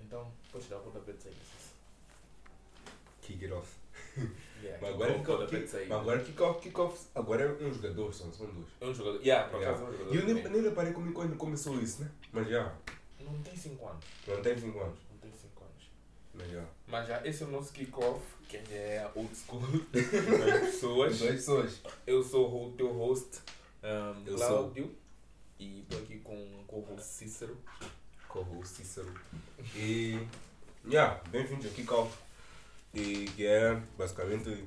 Então, Mas agora kickoff, kickoff. Agora é um jogador, são, são dois. É um jogador. Yeah, por Yeah. acaso é um jogador. E eu nem, também. nem reparei como, é quando começou isso, né? Mas já, Não tem 5 anos. não tem 5 anos. Não tem 5 anos. Mas já. Mas já, esse é o nosso kickoff. Quem é old school das pessoas. Duas pessoas. Eu sou o teu host, um, Eu Cláudio. E estou aqui com, com o host Cícero. Corro, Cícero. E. Yeah, bem-vindos ao Kickoff. E que é basicamente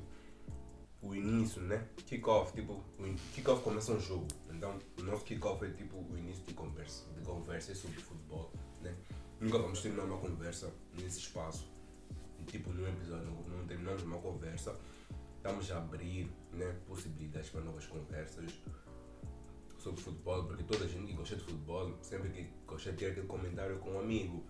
o início, né? Kickoff, tipo, o in- kickoff começa um jogo. Então, o nosso kickoff é tipo o início de conversa, de conversa sobre futebol, né? Nunca vamos terminar uma conversa nesse espaço. E, tipo, num episódio, não terminamos uma conversa. Estamos a abrir né, possibilidades para novas conversas sobre futebol, porque toda a gente que gosta de futebol sempre que gosta de ter aquele comentário com um amigo.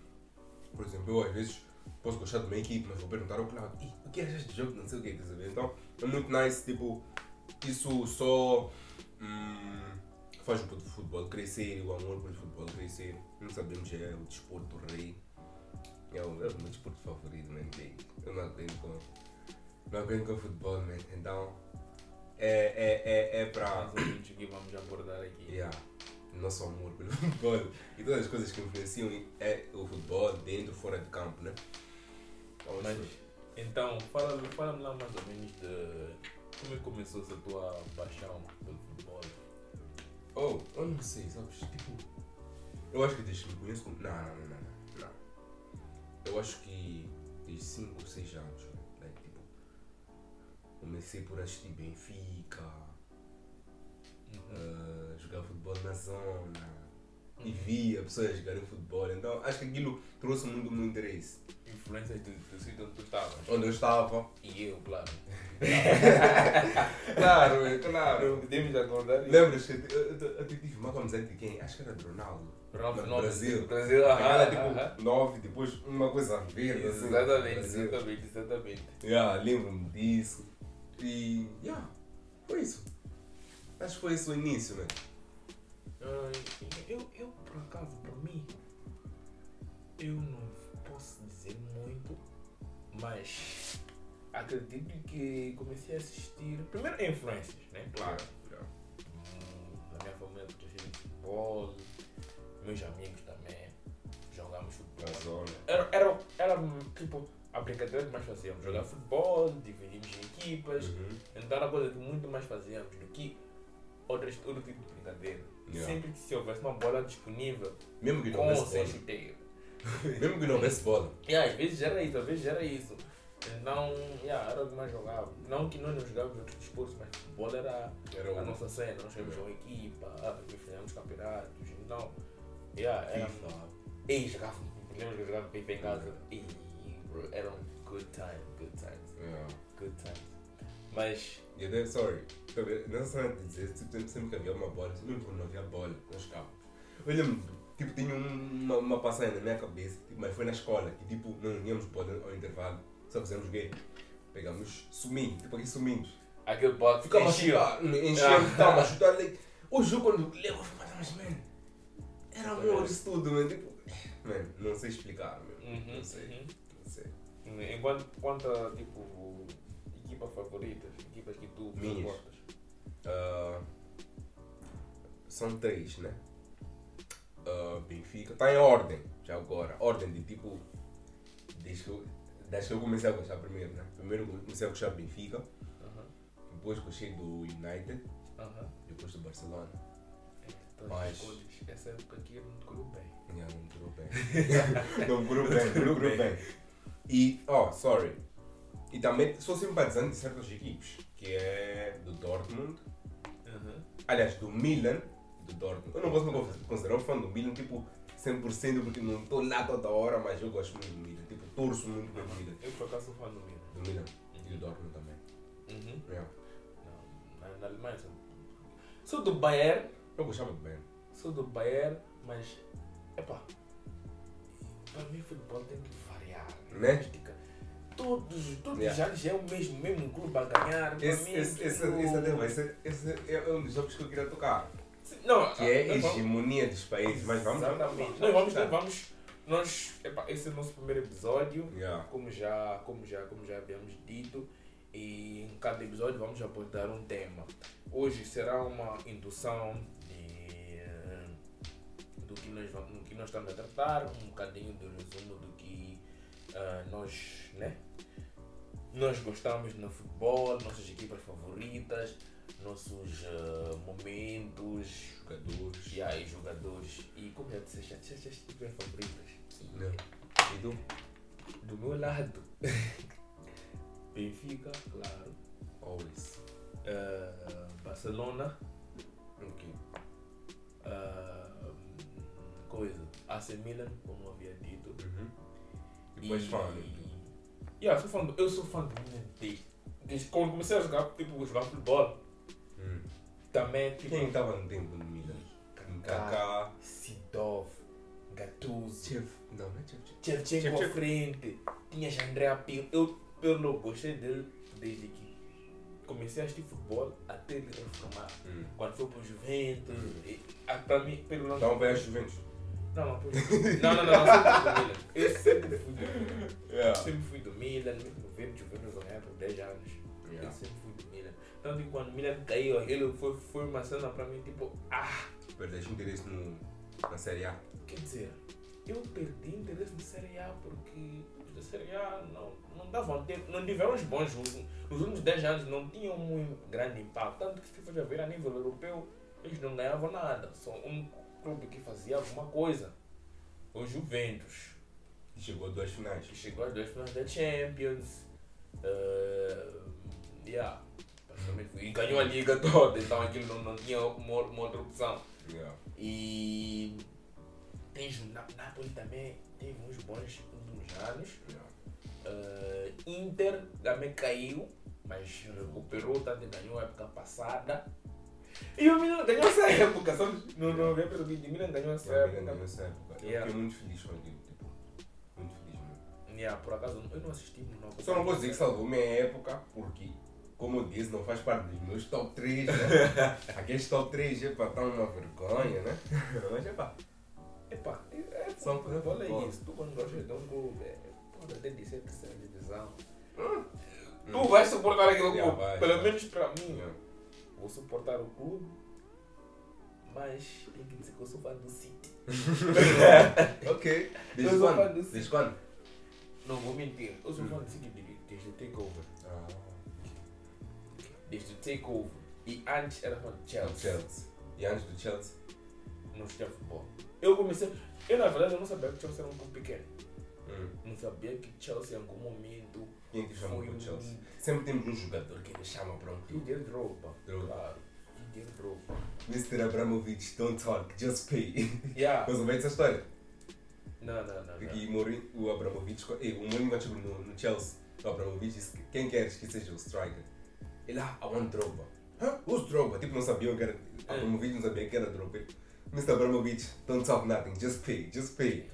Por exemplo, eu às vezes posso gostar de uma equipe, mas vou perguntar ao Cláudio, "Ih, o que achas de jogo? Não sei o que, quer saber? Então é muito nice, tipo, isso só hum, faz o futebol crescer, o amor pelo futebol crescer. Não sabemos, é o desporto rei. É o, é o meu desporto favorito, man. que Eu não aguento com, não aguento com futebol, man. Então é, é, é, é para Mais ou menos o que vamos abordar aqui. Yeah. Nosso amor pelo futebol e todas as coisas que influenciam é o futebol dentro e fora de campo, né? Então, Mas, isso- então, fala-me fala lá mais ou menos de como é que começou essa tua paixão pelo futebol. Oh, eu não sei, sabes? Tipo, eu acho que desde que me conheço. Não, não, não, não, não. não. Eu acho que desde 5 ou 6 anos, né? tipo, comecei por assistir Benfica, ah, jogar futebol na zona e via pessoas jogarem futebol. Então acho que aquilo trouxe muito o meu interesse. Influências do, do sítio onde tu estavas. Onde eu estava, E eu, claro. Claro, é claro. Podemos acordar Lembras que eh, eu, eu, eu, eu tive tipo, uma camiseta de quem? Acho que era do Ronaldo. Ronaldo, Não, não, Brasil. Brasil, Aquela aham, aham. tipo 9, depois uma coisa verde. assim, Exatamente, Brasil. exatamente, exatamente. Yeah, Lembro-me disso. E. Yeah, foi isso. Acho que foi esse o início, né? Ai, Eu, eu, por acaso, por mim, eu não posso dizer muito, mas acredito que comecei a assistir. Primeiro, influências, né? Claro. Yeah. Hum, Na minha família, eu gostei de futebol, meus amigos também, jogámos Na futebol. zona. Era, era, era tipo a brincadeira que nós fazíamos: jogar futebol, dividimos em equipas. Uhum. Então era uma coisa que muito mais fazíamos do que outras, outro tipo de brincadeira. Yeah. Sempre que se houvesse uma bola disponível, Mesmo que não com ou houvesse sem bola. chuteiro. Mesmo que não houvesse bola. E às vezes era isso, às vezes era isso. Então, yeah, era o que mais jogava. Não que nós não jogávamos outros desportos, mas futebol era Era a o nossa cena. Nós tínhamos uma equipa, ah, fizemos campeonatos. Então, yeah, era. FIFA. E jogava, lembro que eu jogava FIFA em casa. E, bro, era um good time, good times, Yeah. good times. Mas, E até, sorry, tá vendo? não só de dizer, tipo, sempre, sempre que havia uma bola, sempre quando não havia bola, nós ficávamos. Eu lembro, tipo, tinha um- uma, uma passagem na minha cabeça, tipo, mas foi na escola, que tipo, não tínhamos bola ao intervalo, só fizemos o quê? Pegamos, sumimos, tipo, aqui sumimos. aquele bote Ficava a enchia. chutar, enchemos, estávamos a chutar. like, O jogo, quando levo, eu falei, mas, man, era amor isso tudo, man, tipo, man, não sei explicar, man, Uhum, não sei, uhum. não sei. Enquanto quanto a tipo equipas favoritas, equipas que tu Minhas. suportas. Ah, são três, né? Ah, Benfica. Está em ordem, já agora. Ordem de tipo. Desde que, eu, desde que eu comecei a gostar primeiro, né? Primeiro eu comecei a gostar de Benfica, Aham. depois gostei do United, Aham. depois do Barcelona. Então, Mas- escolhas. Essa época aqui eu não te curo bem. Yeah, não durou bem. não durou bem, não durou bem. E, oh, sorry. E também sou simpatizante de certas equipes, que é do Dortmund, Aham. aliás, do Milan e do Dortmund. Eu não posso me con- considerar um fã do Milan, tipo, 100%, porque não estou lá toda hora, mas eu gosto muito do Milan. Tipo, torço muito pelo Milan. Eu por acaso sou fã do Milan. Do Milan e do Dortmund também. Uhum. Yeah. Não, na, na Alemanha sou. Sou do Bayern, Eu gostava do Bayern. sou do Bayern, mas epá. Para mim futebol tem que variar. Né? Mística. Todos, todos Yeah. já, já é o mesmo, mesmo clube a ganhar. Pra Esse, mim, esse, esse, tipo- esse é até vai ser- esse é um dos jogos que eu queria tocar. Não, Que é a ah, tá bom. hegemonia dos países, mas vamos... Exatamente. Nós vamos, tá. vamos, nós, epá, esse é o nosso primeiro episódio, Yeah. como já, como já, como já havíamos dito, E em cada episódio vamos abordar um tema. Hoje será uma indução de, eh, do que nós, va- do que nós estamos a tratar, um bocadinho do resumo do que ah, nós, né? nós gostamos no futebol, nossas equipas favoritas, nossos ah, momentos, Jogadores. e aí, jogadores. E como é eu disse, as as- as equipas favoritas. Não. E do Do meu lado, Benfica, claro. Always. Ah, Barcelona, Ok. ah, é coisa. AC Milan, como eu havia dito. Uhum. E depois fala. né? Yeah, sou fã do- eu sou fã do Milan desde, desde quando comecei a jogar, tipo, jogar futebol. Hum. Também, tipo, Quem estava no tempo no Milan? Kaká. Sidov, Gattuso. Chef. Não, não é Chef. Chef. Tchevchenko Tchevchenko. à frente. Tinhas André Pio. Eu, eu não gostei dele desde que comecei a assistir futebol até ele reformar. Hum. Quando foi pro Juventus. Hum. E, ah, pra mim, pelo menos. Então vai a Juventus. Não, não, pro Juventus. Não, não, não, não. Eu sempre fui do Milan. Eu Yeah. sempre fui do Milan. Eu sempre fui do Milan, mesmo vendo Juventus ganhar por 10 anos. Eu Yeah. sempre fui do Milan. Tanto que quando o Milan caiu, aquilo foi, foi uma cena pra mim, tipo, ah, Perdeste interesse no, na Série A. Quer dizer, eu perdi interesse de Série A porque os da Série A não, não davam tempo, não tiveram os bons jogos. Nos últimos 10 anos não tinham um grande impacto. Tanto que se for já ver a nível europeu, eles não ganhavam nada. Só um clube que fazia alguma coisa. O Juventus, E Chegou a duas finais. que chegou às duas finais da Champions. eh, yeah, basicamente, e ganhou a liga toda, então aquilo não, não tinha uma, uma outra opção. Yeah. E tens o Na- Napoli também, teve uns bons últimos anos. Yeah. Ah, Inter também caiu, mas recuperou, tanto ganhou a época passada. E o Milan ganhou essa época, só não, não vê pelo vídeo, o Milan ganhou essa Yeah, Milan ganhou época. essa época. Eu Yeah. fiquei muito feliz com aquilo. Tipo, muito feliz mesmo. Yeah, por acaso, eu não assisti não. Só não vou dizer que salvou minha época, porque, como eu disse, não faz parte dos meus top 3, né? Aqueles top 3, epa, tá uma vergonha, né? Mas, é epa, Epá, é, é, Só um futebol é futebol. isso, tu quando gostas de um clube, é, pode até dizer que é divisão. Hum? Tu vais suportar aquele Yeah, clube, vai, pelo vai. menos pra mim. yeah. Vou suportar o clube, mas tem que dizer que eu sou fã do City. ok. Desde Eu sou quando? fã do City. Desde quando? Não vou mentir, eu sou fã do City desde, desde o takeover. Ah, Desde o takeover. E antes era fã do do Chelsea. Chelsea. E antes do Chelsea? Não tinha futebol. Eu comecei. Eu na verdade eu não sabia que o Chelsea era um clube pequeno. Hum. Não sabia que o Chelsea em algum momento Quem te chamou foi para um. o Chelsea? Sempre temos um jogador que te chama para um clube. Didier Drogba. Drogba. Claro. Didier Drogba. Mr. Abramovich, don't talk, just pay. Yeah. Mas não essa história. Não, não, não. não. E Mourinho, o Abramovich, eh, o Mourinho bateu no, no Chelsea. O Abramovich disse que quem queres que seja o striker. Ele, ah, I want Drogba. Hã? Who's Drogba? Tipo, não sabiam que era... Abramovich não sabia que era Drogba. Mr. Abramovich, don't talk nothing, just pay, just pay.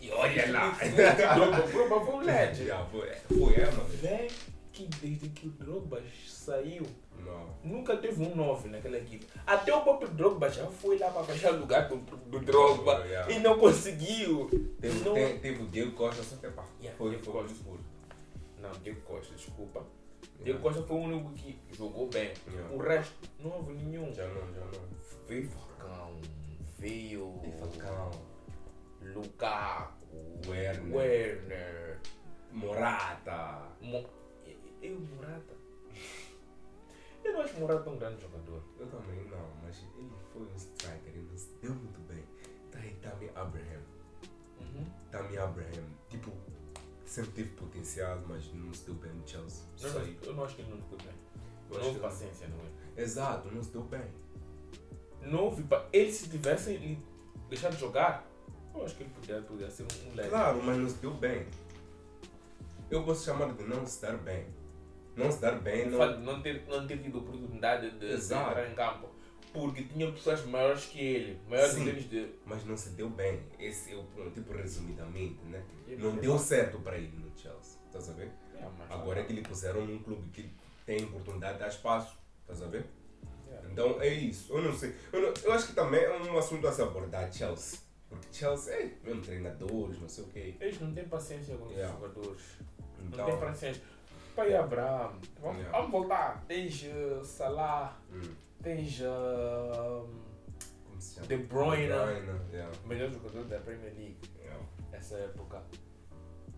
E olha lá. Didier Drogba, Drogba foi um legend. Já, foi, foi, é, mano. Vé que desde que o Drogba saiu, Não. nunca teve um 9 naquela equipe. Até o próprio Drogba já foi lá para baixar o lugar do, do Drogba Yeah. e não conseguiu. Teve, não, tem- teve o Diego Costa, só que, pá, Yeah, foi, Diego foi Costa. muito curto. não, Diego Costa, desculpa. Yeah. Diego Costa foi o único que jogou bem. Yeah. O resto, não houve nenhum. É. Já não, já não. Veio Falcão, veio E Falcão, É. Lukaku, Werner. Werner. Morata. Mo- eu, Morata. Eu não acho Morata um grande jogador. Eu também não, mas ele foi um striker, ele se deu muito bem. Tá aí Tammy Abraham. Uhum. Tammy Abraham, tipo, sempre teve potencial, mas não se deu bem no Chelsea. Não, não, Saiu. eu não acho que ele não ficou bem. Eu Não acho houve que- paciência, não é? Exato, não se deu bem. Não houve pa... Ele se tivesse li- deixado de jogar, eu acho que ele podia, podia ser um moleque. Claro, mas não se deu bem. Eu posso chamar de não se dar bem. Não se dar bem, Não. não. não, ter, não ter tido oportunidade de, de Exato. entrar em campo. Porque tinha pessoas maiores que ele, maiores Sim. em termos de. Mas não se deu bem. Esse é o ponto, tipo, resumidamente, né? Ele Não não deu certo para ele no Chelsea, estás a ver? É, mas- Agora é que lhe puseram num clube que tem oportunidade de dar espaço, estás a ver? Yeah. Então é isso, eu não sei. Eu, não- eu acho que também é um assunto a se abordar, Chelsea. Porque Chelsea é mesmo treinadores, não sei o quê. Eles não têm paciência com os Yeah. jogadores. Não têm É. Então, É. paciência. Pai Abraham. Vamos, Yeah. vamos voltar. Tens eh, Salah, Hum, tens eh, como se chama? é, De Bruyne. né? yeah, melhor jogador da Premier League yeah. nessa época.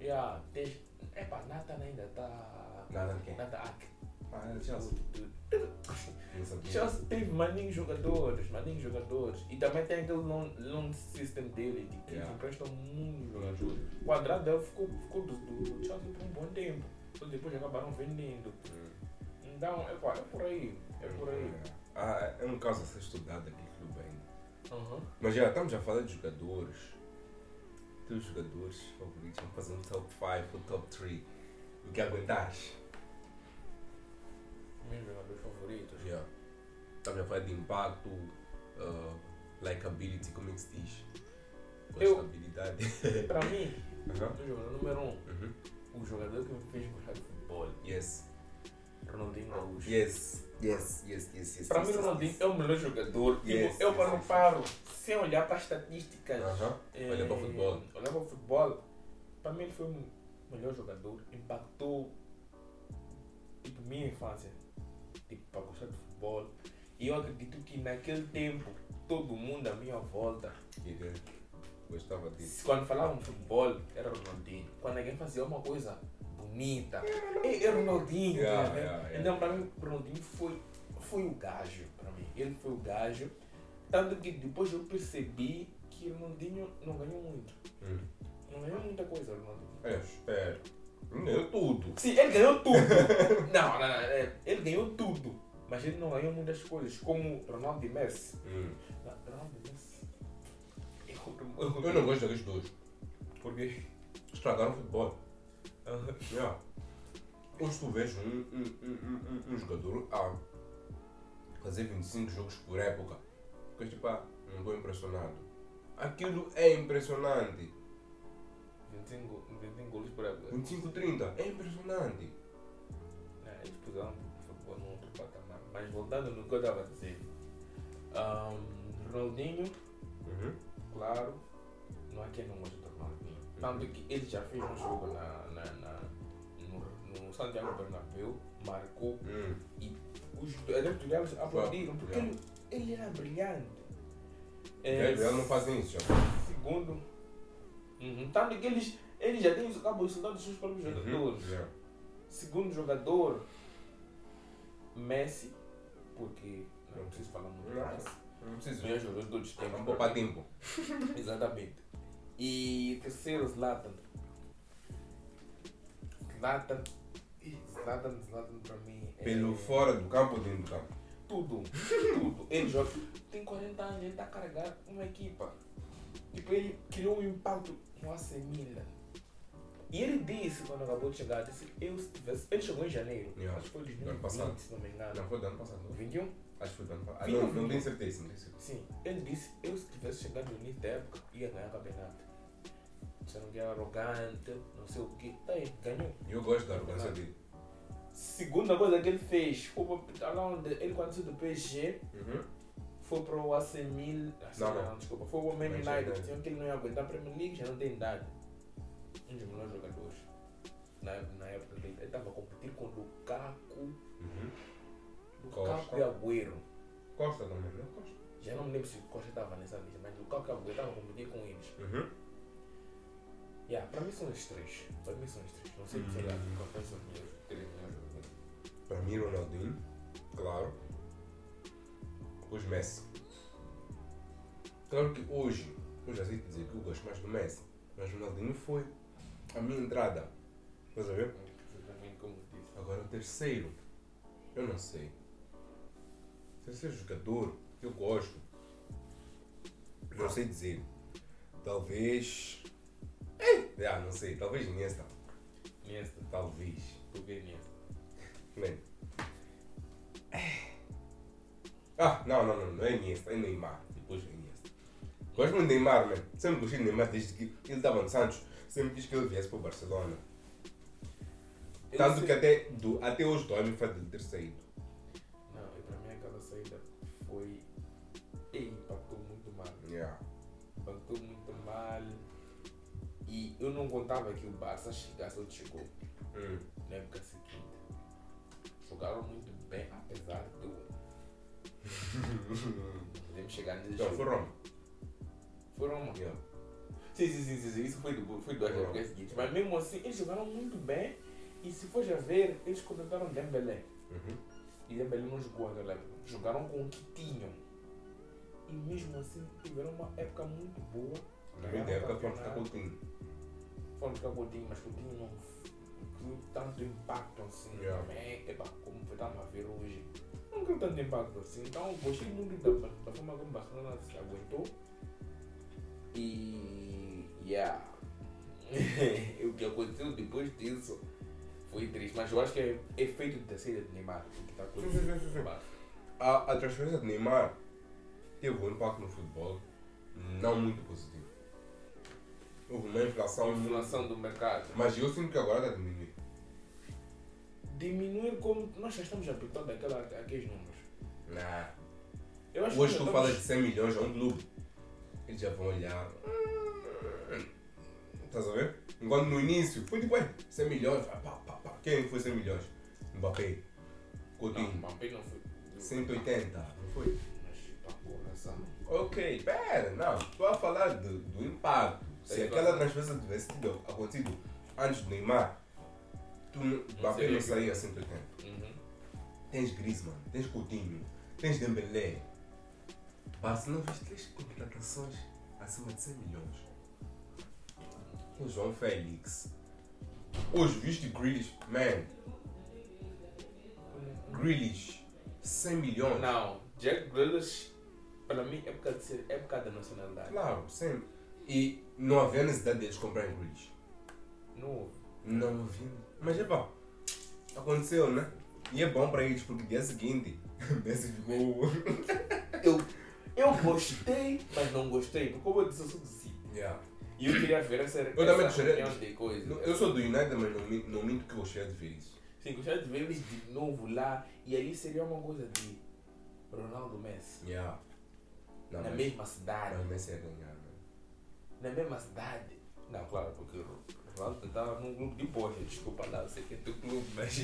Yeah, tens. Epá, Nathan ainda está. Nathan quem? Nathan Ake. Ah, é Chelsea. Não sabia. Chelsea teve maninhos jogadores, maninhos jogadores. E também tem aquele long, long system dele, de que Yeah. yeah. emprestam muitos Hum, jogadores. O quadrado dele ficou, ficou do, do Chelsea por um bom tempo. Só depois acabaram vendendo. Hum. Então, é, pá, é por aí. É por aí. Ah, é um caso a ser estudado aqui tudo bem. Uhum. Mas já estamos a falar de jogadores. Teus jogadores favoritos vão fazer um top 5 ou top 3. O que aguentares? Meus jogadores favoritos. Já. Estamos a falar de Tá impacto, uh, likability, como é que se diz? Eu- Gostabilidade. Para mim, Aham. o jogador número um, Uhum. o jogador que me fez gostar de futebol, Yes. Ronaldinho Gaúcho. Yes. Yes. Yes. Yes. yes Para yes, mim, yes, Ronaldinho yes. é o melhor jogador. Yes, tipo, eu yes, paro, yes. paro, sem olhar para as estatísticas. Aham. É, Olha para o futebol. Olhar para o futebol. Para mim, ele foi o melhor jogador. Impactou tipo, minha infância. Tipo, para gostar de futebol. E eu acredito que naquele tempo, todo mundo à minha volta, Que ele Gostava disso. se- quando falavam de futebol, era Ronaldinho. Quando alguém fazia uma coisa bonita, é, é Ronaldinho. Yeah, tá vendo? Ah, yeah, yeah. Então, para mim, Ronaldinho foi, foi o gajo. Para mim, ele foi o gajo. Tanto que depois eu percebi que Ronaldinho não ganhou muito. Hum. Não ganhou muita coisa, Ronaldinho. Olha, espera. Não ganhou tudo. Sim, ele ganhou tudo. não, não, não. é, Ele ganhou tudo. Mas ele não ganhou muitas coisas, como Ronaldo e Messi. Hum. Não, Ronaldo e Messi. Eu não gosto daqueles dois. Porque. Estragaram o futebol. Yeah. Hoje tu vês um, um, um, um, um, um jogador a fazer 25 jogos por época. Ficas tipo, ah, não estou impressionado. Aquilo é impressionante. 25, 25 gols por época. 25, 30 é impressionante. É, eles puseram o futebol num outro patamar. Mas voltando no que eu estava a dizer. Ahm, Ronaldinho, Uhum. claro, não é que eu não gosto do Ronaldinho. Tanto que ele já fez um jogo na, na, na, no, no Santiago Bernabéu, marcou. Hum. Os adeptos deles aplaudiram porque ele, ele era brilhante. É, Eles não fazem isso. já. Segundo, uhum, tanto que eles, eles já têm acabam insultando os seus próprios jogadores. Uhum. Yeah. Segundo jogador, Messi, porque não preciso falar muito Não. mais. Não É precisa. Melhor jogador de todos os Vamos tempos. poupar tempo. Exatamente. E terceiro, Zlatan. Zlatan. Ih, Zlatan, Zlatan pra mim é Pelo fora do campo, dentro do campo. tudo. Tudo. Ele joga. Tem 40 anos, ele tá carregado uma equipa. Tipo, ele criou um impacto no AC Milan. E ele disse quando acabou de chegar, disse, eu se tivesse. Ele chegou em janeiro. Yeah. Acho que foi Do ano passado. 2020, se não me engano. Ah, Não foi do ano passado. não? 21? Acho que foi do ano passado. Ah, Sim, não, não, não sim. tenho certeza. Não tenho certeza. Sim, ele disse, eu se tivesse chegado no início da época, ia ganhar o campeonato. Você não que é arrogante, não sei o que, tá aí, ganhou. E eu gosto da arrogância dele. Segunda coisa que ele fez, foi pra- lá onde ele quando saiu do PSG, Uhum. foi para o AC Milan, assim, Não, não, não. desculpa, foi o Man Manchester United, United. tinha que ele não ia aguentar a Premier League, já não tem idade. Um dos melhores jogadores. Na, na época dele, ele estava a competir com Lukaku, Uhum. Lukaku Costa. e Agüero. Costa também, não Costa. Já não me lembro se o Costa estava nessa lista, mas Lukaku e Agüero estavam a competir com eles. Uhum. Yeah, para mim são os três. Para mim são os três. Não sei Hum. se é olhar, confesso os meus três melhores jogadores. Para mim, Ronaldinho, claro. Depois Messi. Claro que hoje, eu já sei dizer que eu gosto mais do Messi, mas Ronaldinho foi a minha entrada. Estás a ver? Exatamente como disse. Agora o terceiro, eu não sei. Terceiro jogador, que eu gosto. Não sei dizer. Talvez. Eh, Ah, não sei. Talvez Iniesta. Nesta, Talvez. porque é nesta. Man. Eh. Ah, não, não, não, não é Iniesta, é Neymar. Depois é Iniesta. Gosto muito de Neymar, man. Sempre gostei de Neymar desde que ele estava no Santos. Sempre quis que ele viesse para o Barcelona. Eu Tanto sei- que até, Tá do, até hoje dói-me o fato de ele ter saído. Não, e para mim aquela saída foi. E impactou muito mal. Yeah. Impactou muito mal. E eu eu não contava que o Barça chegasse onde chegou Hum. na época seguinte. Jogaram muito bem, apesar do. Não Podemos chegar nesse Então, jogo. foi Roma. Foram uma. Yeah. Sim, sim, sim, sim, sim, isso foi, do, foi duas Foram. épocas seguintes. Mas mesmo assim, eles jogaram muito bem. E se for já ver, eles contrataram Dembélé. Uhum. E Dembélé não jogou naquela época. Jogaram com o que tinham. E mesmo assim, tiveram uma época muito boa. Na minha Ganharam época, o fomos ficar com o campeonato. time. Foram buscar Coutinho, mas Coutinho não criou tanto impacto assim. Yeah. Também, epá, como estamos a ver hoje, não criou tanto impacto assim. Então, gostei muito da, da forma como o Barcelona se aguentou. E. Yeah. o que aconteceu depois disso foi triste, mas eu acho que é efeito da saída de Neymar. o que tá acontecendo Sim, sim, sim, sim. no Barça. A, a transferência de Neymar teve um impacto no futebol não muito positivo. Houve uma inflação. Inflação do mercado. Mas eu sinto que agora está diminuindo. Diminuir como. Nós já estamos habituados àquela- àqueles números. Nah. Eu acho Hoje que tu nós falas de estamos- 100 milhões a um clube, eles já vão olhar. Hum, Estás a ver? Enquanto no início foi tipo, ué, 100 milhões, pá, pá, pá, pá. quem é foi 100 milhões? Mbappé, Não, Coutinho, Mbappé não foi. 180, não foi? Mas tá com razão. Ok, pera, não, estou a falar do, do impacto. Se Sim, aquela claro. transferência tivesse tido acontecido antes do Neymar, tu, não- Mbappé seria não que- saía a 180. Uhum. Tens Griezmann, tens Coutinho, tens Dembélé. Barcelona fez três contratações acima de 100 milhões. O João Félix. Hoje viste Grealish, man, Grealish, 100 milhões. Não, Jack Grealish, para mim, é por causa, de ser, é por causa da nacionalidade. Claro, 100. E não havia necessidade deles comprarem Grealish. Não houve. Não havia. Mas é bom. Aconteceu, né? E é bom para eles, porque dia seguinte, Messi ficou. Eu, eu gostei, mas não gostei, porque como eu disse, eu sou do City. Yeah. E eu queria ver essa, Eu também essa gostaria- reunião de coisas. Eu sou do United, mas não, min- não minto que eu gostaria de ver isso. Sim, gostaria de ver eles de novo lá, e ali seria uma coisa de Ronaldo Messi. Yeah. Não, na mas- mesma cidade. mas o Messi ia ganhar, né? na mesma cidade. Não, claro, porque o Ronaldo estava num grupo de bosta, desculpa lá, eu sei que é teu clube, mas.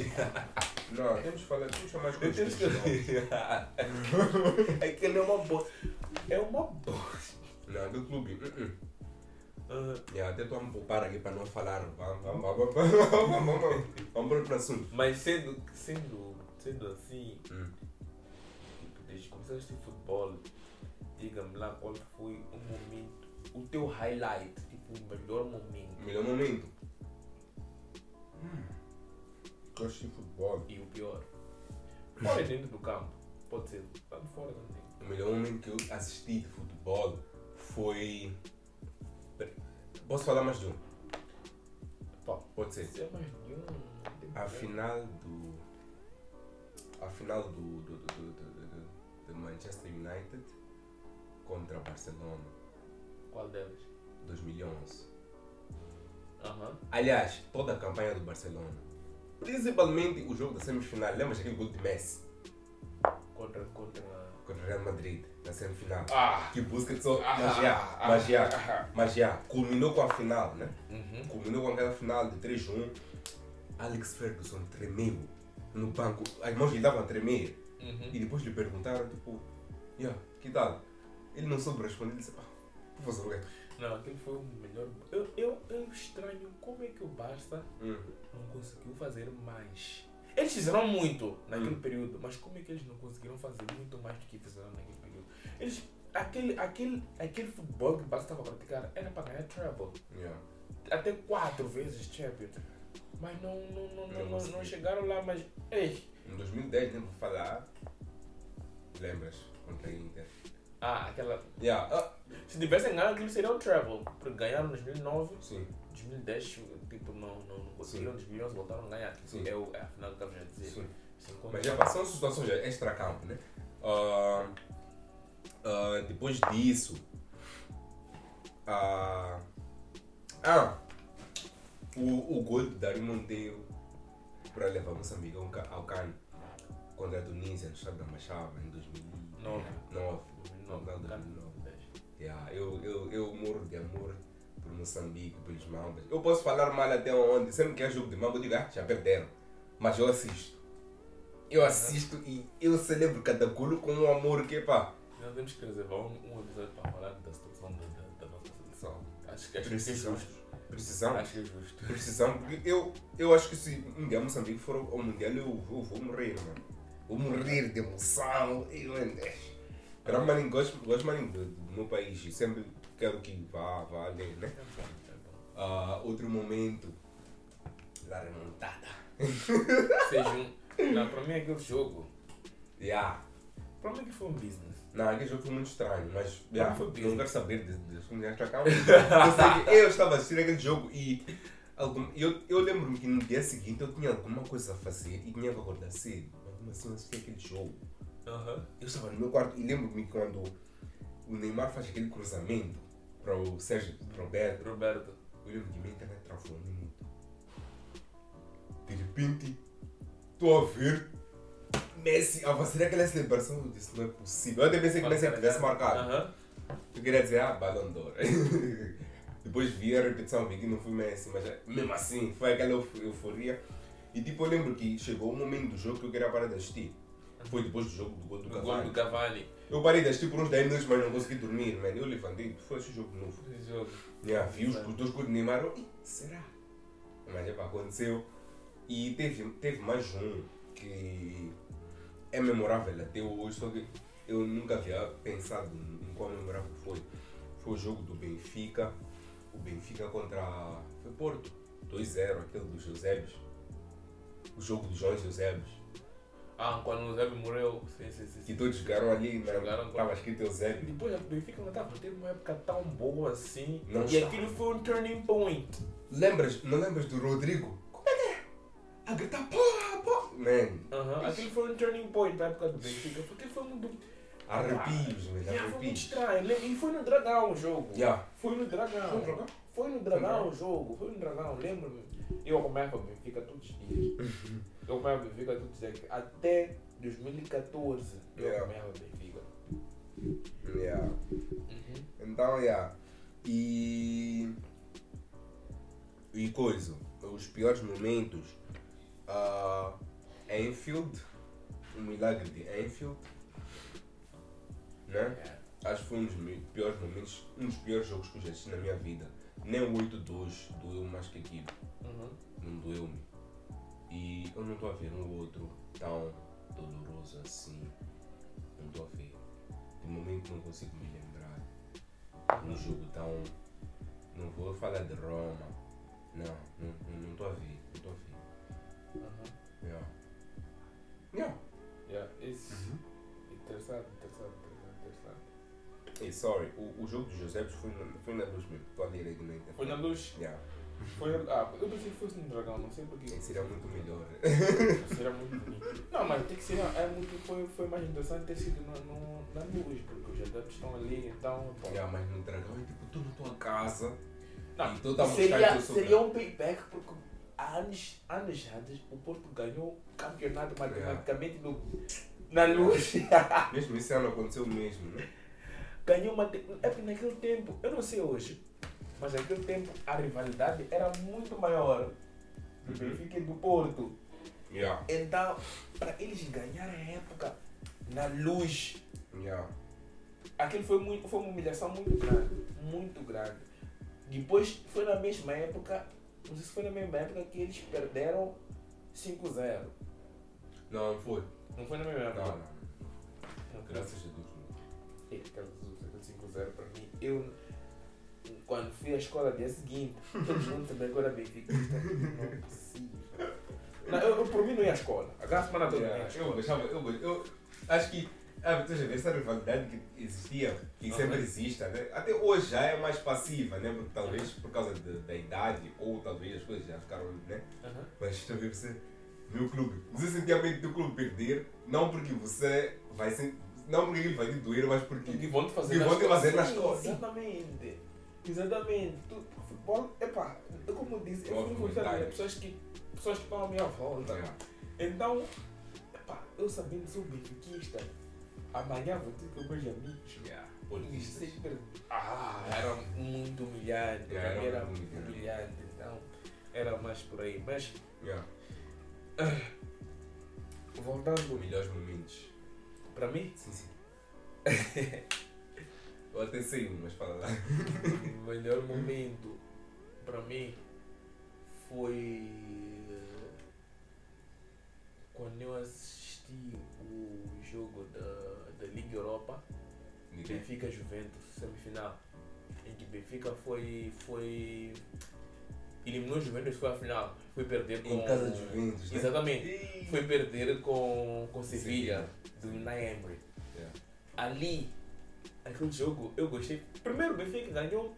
Não, temos que falar, É. temos que chamar as Eu coisas. tenho pelo que. Aquilo é uma bosta. É uma bosta. nome. Não, do clube. Uh -uh. Yeah, até estou a me poupar aqui para não falar. Vamos, vamos, vamos, vamos, vamos, vamos, vamos para outro assunto. Mas sendo, sendo, sendo assim, tipo, Hum. desde que começaste o futebol, diga-me lá qual foi o momento, o teu highlight, tipo, o melhor O momento melhor momento. Hum. Gosto de futebol. e o pior. Pode ser dentro do campo, pode ser lá de fora também. O melhor momento que eu assisti de futebol foi. Pera, Posso falar mais de um? Pá, Pode ser. Isso é mais de um. não tem A problema. final do. A final do. do, do, do, do, do, do Manchester United contra Barcelona, Qual delas? 2011. Aham. Aliás, toda a campanha do Barcelona. Principalmente o jogo da semifinal. Lembras aquele gol de Messi Contra, contra. contra o Real Madrid na semifinal? Ah! Que busca só. Ah, Magia, ah, ah, magia, ah, magia. Culminou com a final, né? ah. Uhum. Combinou com aquela final de 3-1. Alex Ferguson tremeu no banco. As mãos lhe davam a tremer. Uhum. E depois lhe perguntaram, tipo, yeah, que tal? Ele não soube responder, ele disse, ah, vou fazer o quê? Não, aquele foi o melhor. Eu, eu, eu estranho como é que o Barça Hum. não conseguiu fazer mais. Eles fizeram muito naquele Hum. período, mas como é que eles não conseguiram fazer muito mais do que fizeram naquele período? Eles, aquele, aquele, aquele futebol que o Barça estava a praticar era para ganhar treble. Yeah. Até quatro vezes Champions. Mas não, não, não, não, Não não, conseguiu. não chegaram lá, mas. Ei! Em 2010, né, vou falar, lembras, contra a Inter. Ah, aquela. Yeah, ah, Se tivessem ganho, aquilo seria um treble. Porque ganharam em 2009. sim, 2010, tipo, não, não, não conseguiram, 2011 voltaram a ganhar. Sim. É, o, é a final que eu estava a dizer. é um sim. Sim, como- Mas já passam é? situações já extra-campo, né? Ah, ah, depois disso. ah, ah, o, o gol de Dario Monteiro para levar Moçambique ao Ca- ao CAN contra a Tunísia no estado da Machava em 2009. Nove. Não, não, 2009, 2009. Yeah, eu, eu, eu morro de amor por Moçambique, pelos mangas. Eu posso falar mal até onde, sempre que é jogo de manga, eu digo, ah, já perderam. Mas eu assisto. Eu assisto e eu celebro cada golo com um amor que, pá, Nós temos que reservar um, um episódio para falar da situação da, da, da nossa seleção. só Acho que acho que é precisamos. justo. Precisamos. Acho que é justo. Precisamos, porque eu, eu acho que se um dia Moçambique for ao Mundial, eu, eu vou morrer, mano. Vou morrer de emoção. E, mano, é. Cara, mano, gosto, gosto mano, do, do meu país e sempre quero que vá, vá além, né? É bom, é bom. Ah, outro momento, da remontada. Seja um. Não, para mim é aquele jogo. Yeah. Para mim que foi um business. Não, aquele jogo foi muito estranho, mas yeah, foi eu bem. não quero saber de, de, de como é que acaba. Eu sei que eu estava assistindo aquele jogo e algum, eu, eu lembro-me que no dia seguinte eu tinha alguma coisa a fazer e tinha que acordar cedo. Mas como assim eu assisti aquele jogo? Aham. Eu estava no meu quarto e lembro-me quando o Neymar faz aquele cruzamento para o Sérgio Roberto. Roberto. Eu lembro que minha internet travou um minuto. De repente, estou a ver Messi Ah, a fazer aquela celebração. Eu disse, não é possível. Eu até pensei é que Messi tivesse marcado. Aham. Eu queria dizer, ah, Ballon d'Or. Depois vi a repetição, vi que não foi Messi, mas mesmo assim, foi aquela eufo- euforia. E tipo, eu lembro que chegou um momento do jogo que eu queria parar de assistir. Foi depois do jogo do gol do O gol do Cavani. Cavani. Eu parei de assistir por uns 10 minutos, mas não consegui dormir, mano. Eu levantei, foi esse jogo novo. Esse jogo. Yeah, vi os os dois gols de Neymar, eu, "Ih, será? Mas epá, aconteceu. E teve, teve mais um que é memorável até hoje, só que eu nunca havia pensado em qual memorável foi. Foi o jogo do Benfica, o Benfica contra foi Porto, 2-0, aquele dos Josébio. O jogo dos João Josébio. Ah, quando o Zé morreu. Sim, sim, sim. Que sim. todos jogaram ali, né? Jogaram com- Estava escrito Eusébio. Depois o Benfica não estava a ter uma época tão boa assim. Não e estava. aquilo foi um turning point. Lembras, não lembras do Rodrigo? Como é que é? A gritar, porra, porra. Man, Aham. Aquilo foi um turning point na época do Benfica. Porque foi um muito. Yeah, Arrepios, velho, foi muito arrepios. estranho. né? E foi no Dragão o jogo. Yeah. Foi no Dragão. Foi no Dragão? Foi no Dragão o jogo. Foi no Dragão, lembro-me. Eu acompanhava o Benfica todos os dias. Uhum. Eu acompanhava o Benfica todos os dias. Até 2014 eu Yeah. acompanhava o Benfica. Yeah. Então, yeah. E. E coisa, os piores momentos. ah, Enfield, o milagre de Enfield. Né? Yeah. Acho que foi um dos mi- piores momentos, um dos piores jogos que eu já assisti na minha vida. Nem o 8-2 doeu mais que aquilo. Uhum. não doeu-me. E eu não estou a ver um outro tão doloroso assim. Não estou a ver. De momento não consigo me lembrar. Um jogo tão. Não vou falar de Roma. Não, não- não estou a ver. Não estou a ver. Uhum. Yeah. Yeah. Yeah, isso. Uhum. Interessante, interessante, interessante, interessante. Hey, sorry, o, o jogo do José foi na, foi na luz mesmo. Estou a ler aqui na internet. Foi na luz. Yeah. Foi, ah, eu pensei que fosse no dragão, não sei porquê. Esse Seria muito melhor. Seria muito bonito. Não, mas tem que ser. É muito, foi, foi mais interessante ter sido no, no- na luz, porque os adeptos estão ali, então. Bom. yeah, mas no dragão é tipo, tu na tua casa. Não, e tu tá a mostrar que seria, eu sou seria um payback, porque há anos, anos antes o Porto ganhou o campeonato matematicamente no, na luz. Mesmo esse ano aconteceu mesmo, né? ganhou uma. É porque naquele tempo, eu não sei hoje, mas naquele tempo a rivalidade era muito maior do Uhum. Benfica e do Porto. Yeah. Então, para eles ganharem a época na luz, Yeah. aquilo foi, muito, foi uma humilhação muito grande. Muito grande. Depois foi na mesma época, não sei se foi na mesma época que eles perderam 5-0. Não, foi. Não assim, foi na mesma época? Não, não. Graças a Deus. Ei, Aquele aquele 5-0 para mim, eu quando fui à escola dia seguinte, todo mundo também agora Benfica. Não é possível. Não, eu, eu por mim não ia à escola. Aquela semana toda não ia à Yeah, eu escola. gostava, eu, go- eu acho que ah, tu já vês essa rivalidade que existia, que Aham. sempre exista, né? até hoje já é mais passiva, né? Porque talvez por causa de- da idade ou talvez as coisas já ficaram, né? Aham. Mas tu vê você no clube. Você sentia medo do clube perder, não porque você vai sen- não porque ele vai te doer, mas que porque vão te fazer Que nas vão te fazer costas. nas costas. Exatamente. Exatamente. Tu, futebol, epá, eu como eu disse, eu Houve fui gostar de comentários. pessoas que, pessoas que estão à minha volta. Yeah. Então, epá, eu sabendo que sou benfiquista, amanhã vou ter com meus amigos. Yeah. E sempre. Ah, era muito muito humilhante. Yeah, também era era muito muito humilhante. humilhante. Então era mais por aí. Mas Yeah. voltando Melhores momentos. para mim, Sim, sim. Eu até sei um, mas fala lá. o melhor momento para mim foi eh, quando eu assisti o jogo da, da Liga Europa, Ninguém. Benfica Juventus, semifinal, em que Benfica foi. foi eliminou Juventus foi a final. Foi perder com. Em casa de Juventus, né? Exatamente. Ih. Foi perder com, com Sevilha, do Sevilha. Unai Emery. Yeah. Ali, aquele jogo, eu gostei. Primeiro, o Benfica ganhou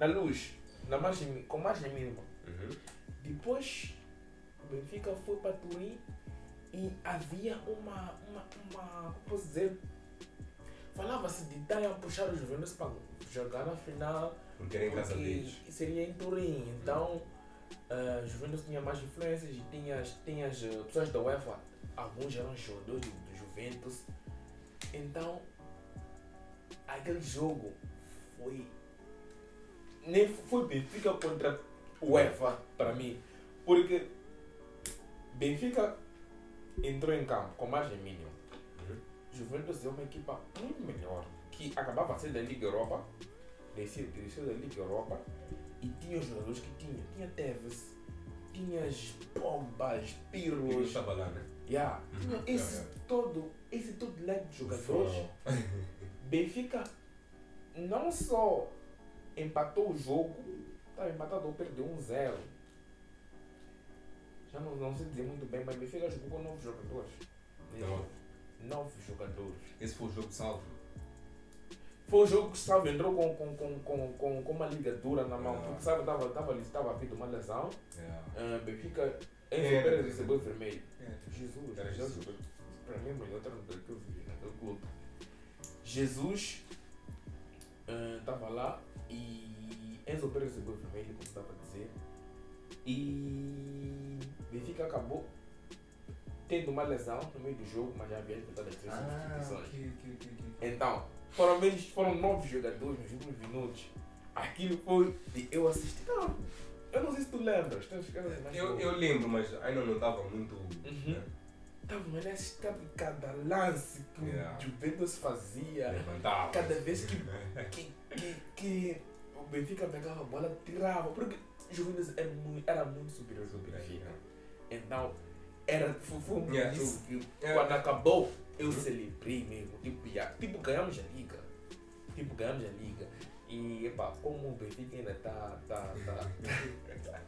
na luz, na margem, com margem mínima. Uhum. Depois, o Benfica foi para Turim e havia uma, uma, uma como posso dizer, falava-se de Itália puxar os Juventus para jogar na final, Porque era em casa Uhum. deles. porque seria em Turim. Então, ah, os Juventus tinha mais influências e tinha, as- tinha as ah, pessoas da UEFA, alguns eram jogadores do, do Juventus. Então, aquele jogo foi. Nem foi Benfica contra UEFA para mim. Porque Benfica entrou em campo com margem mínima. Uhum. Juventus é uma equipa muito melhor, que acabava de sair da Liga Europa, desceu, desceu da Liga Europa, e tinha os jogadores que tinha. Tinha Tevez, tinha as Bombas, Eu Pirros, estava lá, né? yeah. tinha Yeah, esse yeah. todo, esse todo leque de jogadores. Fala. Benfica não só empatou o jogo, estava empatado ou perdeu 1-0. Já não, não sei dizer muito bem, mas Benfica jogou com 9 jogadores. Não. 9 jogadores. Esse foi o jogo salvo. Foi um jogo que Salve entrou com, com, com, com, com, com uma ligadura na mão, Ah. porque Salve estava tava, ali- tava vindo uma lesão. Yeah. Ah, Benfica, É. Enzo Pérez recebeu vermelho. É. Jesus, Era Jesus. Jesus. Pra mim, é mano, eu tava no que eu vi naquele clube. Jesus estava lá e Enzo Pérez recebeu vermelho, como estava a dizer. E Benfica acabou tendo uma lesão no meio do jogo, mas já havia disputado as Ah. três substituições. ok, ok, ok, ok. Então, foram, menos, foram nove jogadores nos últimos minutos. Aquilo foi de eu assistir. Não, eu não sei se tu lembras. Tens que Eu, eu lembro, mas ainda não estava muito. Uhum. Né? Tava, tá, mas estava cada lance que Yeah. o Juventus fazia. Levantava. É. Cada vez que, que, que, que o Benfica pegava a bola, tirava. Porque o Juventus é mui- era muito superior ao Benfica. Então, era, foi, foi um Yeah, isso que yeah. quando acabou, eu celebrei mesmo. Tipo, yeah, tipo, ganhamos a liga. Tipo, ganhamos a liga. E, epá, como o Benfica ainda tá, tá, tá...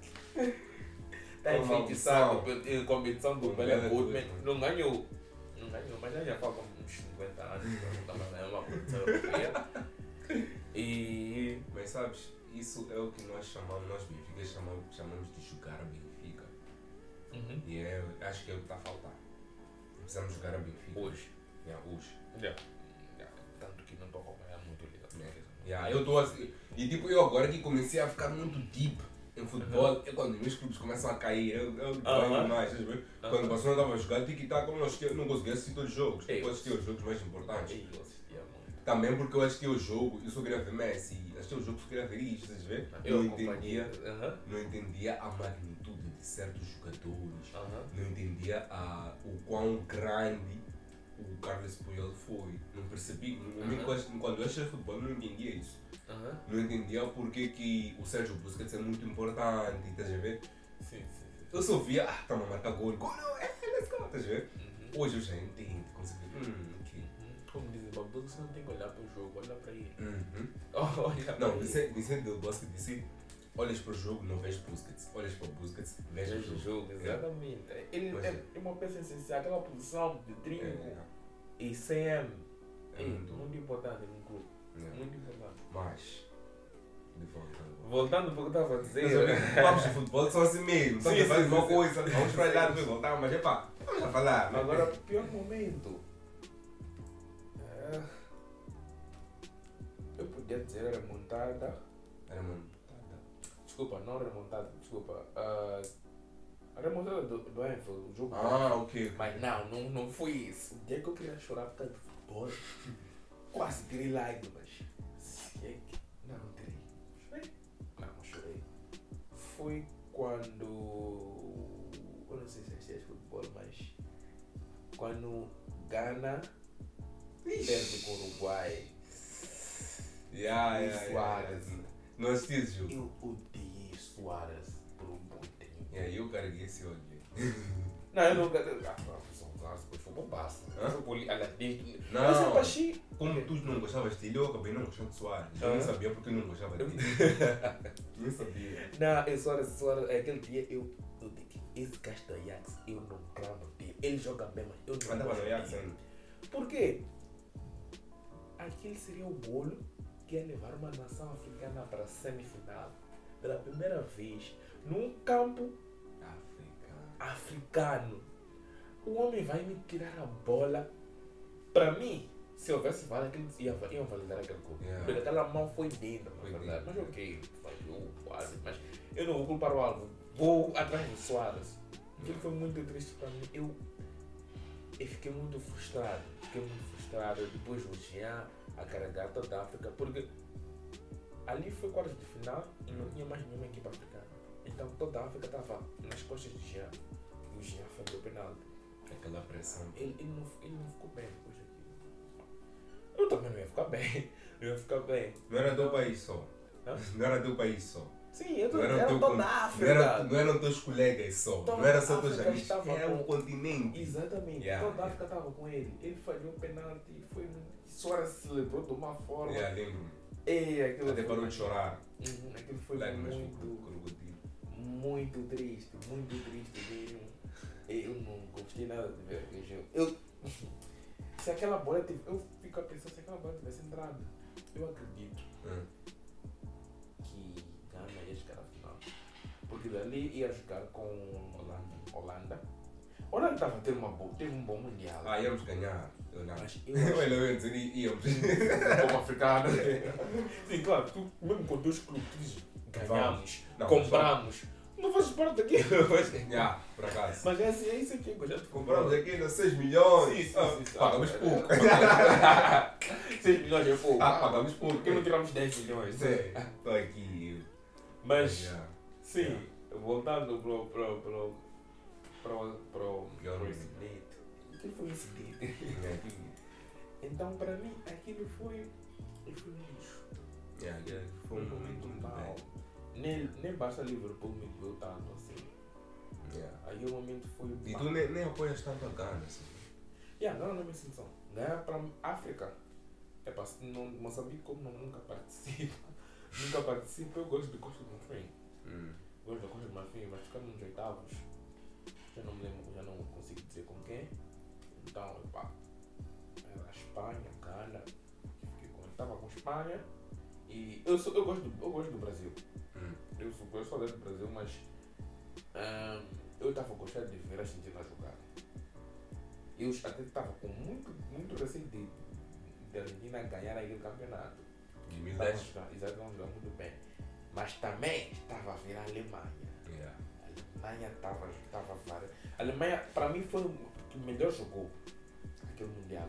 tá Uma enfeitiçado maldição. pela competição do Um Bela belo Goldman. Goldman. Não ganhou. Não ganhou, mas já já faz uns 50 anos. Não tava ganhando uma competição europeia. E... Mas sabes, isso é o que nós chamamos, nós Benfica chamamos, chamamos de jogar a Benfica. Uhum. E é, acho que é o que está a faltar. Precisamos jogar a Benfica. Uhum. Hoje. Yeah, É, hoje. Yeah. Yeah. Tanto que não tô acompanhando muito a liga. portuguesa. Yeah, eu tô assim- E tipo, eu agora que comecei a ficar muito deep em futebol, é quando meus clubes começam a cair, eu, eu ganho mais. estás a ver? Quando o Barcelona estava a jogar, tipo, tic-tac, eu não assistia- eu não conseguia assistir todos os jogos. tipo, É. Eu assistia os jogos mais importantes. Ei, eu assistia muito. né? Também porque eu assistia o jogo, eu só queria ver Messi, assistia o jogo só queria ver isto, estás a ver? Eu não acompanhei. entendia, Aham. não entendia a magnitude de certos jogadores, Aham. não entendia a, o quão grande o Carlos Puyol foi. Não percebi, no momento que eu ach- quando eu achei futebol, não entendia isso. Aham. Não entendia porque que o Sérgio Busquets é muito importante, estás a ver? Sim, sim, sim. Eu só via, ah, tá a marcar gol, gol, é, let's go, estás a ver? Uhum. Hoje eu já entendo, consigo ver, hum, ok. Uhum. Como dizem, Babu, você não tem que olhar pro jogo, olha pra ele. Uhum. Olha pra Não, é ele. Vicente, Vicente Del Bosque disse: olhas para o jogo, não vês Busquets. Olhas para o Busquets, vês o Veja o jogo. né? jogo, exatamente. Ele Pois é, é uma peça essencial, aquela posição de É, trinco é, e CM. é É muito. muito importante no clube, é. muito importante. Mas, de volta agora. Voltando para o que eu estava a Mas, dizer, amigo, Papos de futebol são assim mesmo. Só Sim, que faz sim, uma sim. coisa, vamos para lá, depois voltar, mas é pá, vamos a falar. né? agora o pior momento. É, Eu podia dizer a remontada. Era, mano. Desculpa, não remontada, desculpa. ah, a remontada do, do Anfield, o jogo. Ah, ok. Mas não, não, não foi isso. O dia que eu queria chorar por causa do futebol, quase tirei lágrimas. Se é que- Não, não tirei. Chorei. quando Gana perde com o Uruguai. Yeah, E yeah, Suárez. yeah. Não assisti esse jogo. Eu odiei Suárez por um bom tempo. E aí eu carreguei esse ódio. Não, eu não. Ah, não, Suárez depois foi bombaço. Hã? Foi poli- ela dentro- Não. Eu sempre achei. Como tu não gostavas dele, eu acabei não gostando de Soares. Eu Ah. nem sabia porque eu não gostava dele. nem sabia. Não, eu Suárez, Suárez, é aquele dia eu. eu digo, Esse gajo do Ajax, eu não gravo dele. Ele joga bem, mas eu não Andava gosto no Ajax dele. ainda. Por quê? Aquele seria o bolo que ia levar uma nação africana para a semifinal. Pela primeira vez, num campo África. africano. O homem vai me tirar a bola. Para mim, se houvesse VAR, aquilo ia, iam validar aquele gol. Yeah. Porque aquela mão foi dentro, na Foi É verdade. dentro. Mas ok, falhou quase. Mas eu não vou culpar o alvo. Vou atrás do Soares. Aquilo foi muito triste para mim. Eu, eu fiquei muito frustrado. Fiquei muito frustrado. Depois o Jean, a carregata da África. Porque ali foi quarto de final e não tinha mais nenhuma equipe africana. Então toda a África estava nas costas de Jean. E o Jean foi o penalti. Aquela pressão. Ele, ele, não, ele não ficou bem depois daquilo. Eu também não ia ficar bem. Eu ia ficar bem. Não era do país só. Hã? Não era do país só. Sim, eu tô, Não era era teu toda con- a Não, era, África. não eram teus colegas só. Toda não era só a teus África amigos. estava Era com- um continente. Exatamente. Yeah, toda a yeah. África estava com ele. Ele falhou um penalti. Foi muito. Suárez celebrou de uma forma. Yeah, lembro-me. Ei, aquilo É, Até foi- parou de chorar. Uhum, aquilo foi Lágrimas do muito. crocodilo. muito triste, muito triste mesmo. Eu não gostei nada de ver aquele jogo. Eu, se aquela bola tivesse. Eu fico a pensar, se aquela bola tivesse entrado, eu acredito Hum. que Gana ia chegar à final. Porque dali ia jogar com Holanda. Holanda. Holanda estava tendo uma boa, teve um bom mundial. Ah, íamos ganhar. Eu não. Mas eu acho Olha, eu ia dizer, í- íamos. que como africano. Sim, claro, tu mesmo com dois clubes tu dizes, ganhamos, Não, compramos. Não fazes parte daquilo. mas- Yeah, por acaso. Mas é, assim, é isso aqui, eu já te Compramos aquilo 6 milhões. Sim, sim, Ah, sim, É, sim. Pagamos pouco. 6 milhões é pouco. Ah, pagamos pouco. Porque não tiramos 10 milhões. Zé, tô aqui. Mas, Yeah. É. sim, voltando pro. pro. pro. pro. pro. Eu pro não incidente. O que foi o incidente? É aqui. Então, para mim, aquilo foi. foi um lixo. Yeah, yeah, é, Foi um momento muito mau. bom. Nem, nem basta Liverpool me doeu tanto assim. Yeah. Aí o momento foi. É, E mau. tu nem, nem apoias tanto a Gana, assim. Yeah, não, não me sinto. Ganhar para Né, África. É para não, Moçambique, como não, nunca participa. nunca participa, eu gosto de Costa do Marfim. Hum. Gosto da Costa do Marfim, mas ficamos nos oitavos. Já não me lembro, já não consigo dizer com quem. Então, pá. Era Espanha, Gana. Fiquei com. Estava com Espanha. E eu, sou, eu, gosto, do, eu gosto do Brasil. Hum. Eu sou eu sou adepto do Brasil, mas ahm, eu estava gostando de ver a Argentina jogar. Eu até estava com muito, muito receio de, de a Argentina ganhar aquele campeonato. De Estava 2010. jogando, eles estavam jogando muito bem. Mas também estava a ver a Alemanha. Yeah. A Alemanha estava tava fora. A Alemanha, para mim, foi o que melhor jogou aquele Mundial.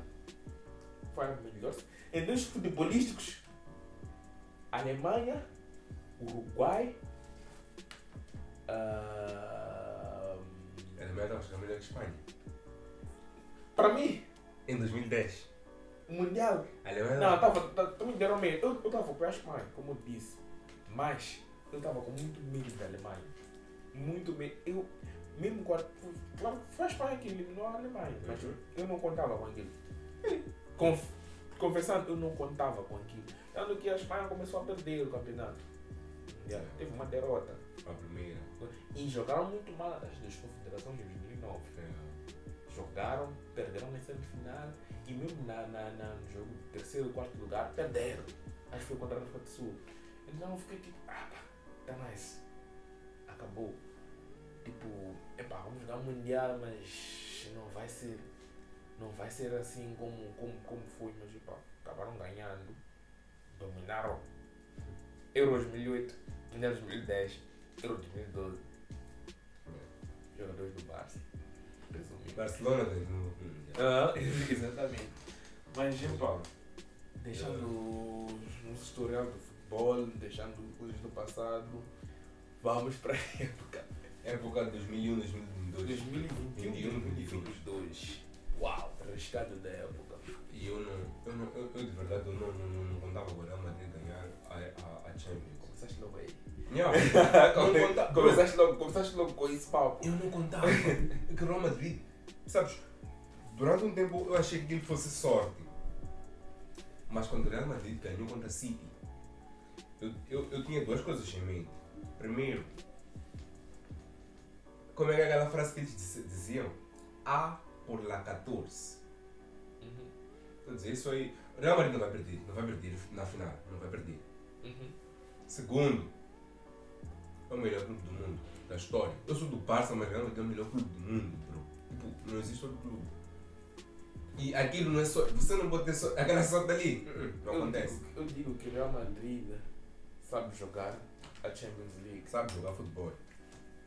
Foi a melhor. Em dois futebolísticos, Alemanha, Uruguai. ah, Era é melhor estava melhor que Espanha. para mim, Em 2010. Mundial. A Alemanha Não, eu tava, tava- também deram medo. Eu, eu tava com a Espanha, como eu disse. Mas eu tava com muito medo da Alemanha. Muito medo. Eu, mesmo quando. Claro, que foi a Espanha que eliminou a Alemanha. Mas eu, eu não contava com aquilo. Conf, confessando, eu não contava com aquilo. Tanto que a Espanha começou a perder o campeonato. Yeah, Teve uma derrota. a primeira. E jogaram muito mal as duas confederações de 2009 Yeah. jogaram, perderam na semifinal e mesmo na, na, na- no jogo terceiro, quarto lugar, perderam. Acho que foi contra a África do Sul. Então eu fiquei tipo, ah pá, tá mais. Acabou. Tipo, epá, vamos jogar um mundial, mas não vai ser. Não vai ser assim como, como, como foi, mas epá, acabaram ganhando. Dominaram. Euro 2008, Mundial 2010, Euro 2012. Jogadores do Barça. Resumindo. Barcelona ganhou. Hum, yeah. Ah, exatamente. Mas, pá, deixando um historial do futebol, deixando coisas do passado, vamos para a época um, Época de 2001, 2002. 2021, 2022. Uau, arriscado da época. E eu não, eu, não, eu, eu de verdade eu não, não, não, não contava com o Real Madrid ganhar a, a, a Champions. Começaste logo aí. Yeah. Não Não conta- conta- começaste, logo, começaste logo com esse papo. Eu não contava É que o Real Madrid, sabes, durante um tempo eu achei que aquilo fosse sorte. Mas quando o Real Madrid ganhou contra a City, eu, eu, eu tinha duas coisas em mente. Primeiro, como é que é aquela frase que eles diz- diziam? A por lá 14. Uhum, Quer dizer, isso aí. O Real Madrid não vai perder, não vai perder na final, não vai perder. uhum. Segundo, é o melhor clube do mundo, da história. Eu sou do Barça, mas realmente é o melhor clube do mundo, bro. Tipo, não existe outro clube. E aquilo não é só. Você não pode ter só, aquela sorte ali. Uh-uh, Não Eu acontece. digo- Eu digo que o Real Madrid sabe jogar a Champions League. Sabe jogar futebol.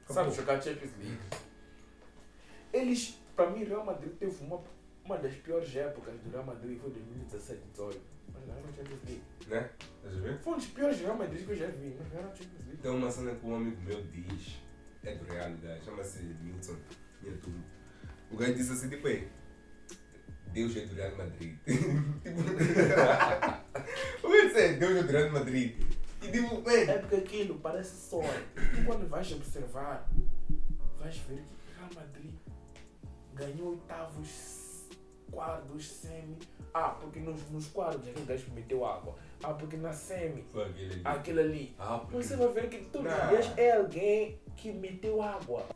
Sabe Acabou. jogar Champions League. Eles, para mim, Real Madrid teve uma, uma das piores épocas do Real Madrid, foi 2017, 18. Mas ganharam a Champions League. Né? Estás a ver? Foi um dos piores Real Madrid que eu já vi, mas ganharam a Champions League. Tem uma cena que um amigo meu diz, é do Real, o gajo, chama-se Milton, em YouTube. O gajo disse assim, tipo, "Ei, Deus é do Real Madrid. tipo, o que disse, Deus é do Real Madrid. E tipo, É man, porque aquilo parece sonho. E quando vais observar, vais ver que Real Madrid ganhou oitavos, quartos, semi. Ah, porque nos, nos quartos aquele gajo meteu água. Ah, porque na semi, foi aquele ali. aquele ali. Ah, porque... Você vai ver que todos os Não. dias é alguém que meteu água.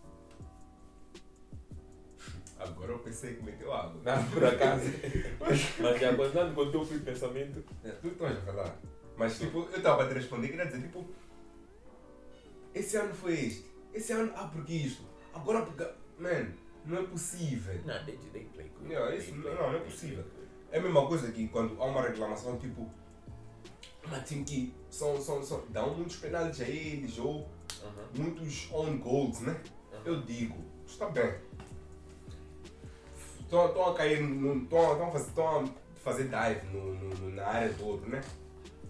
Agora eu pensei que meteu água. Não, Por acaso. Mas já continuando com o teu frio pensamento. É, tu estás a falar. Mas tipo, eu estava a te responder queria dizer tipo. Esse ano foi este. Esse ano, ah, porque isto. Agora porque. Man, não é possível. Não, nem nem play com Não, isso não- não, não é possível. É a mesma coisa que quando há uma reclamação, tipo, mas tem que são, são, são, dão muitos penaltis a eles ou Aham. muitos own goals, né? Aham. Eu digo, está bem. Estão a cair, estão a, fazer- tão a fazer dive no, no- no- na área do ouro, né?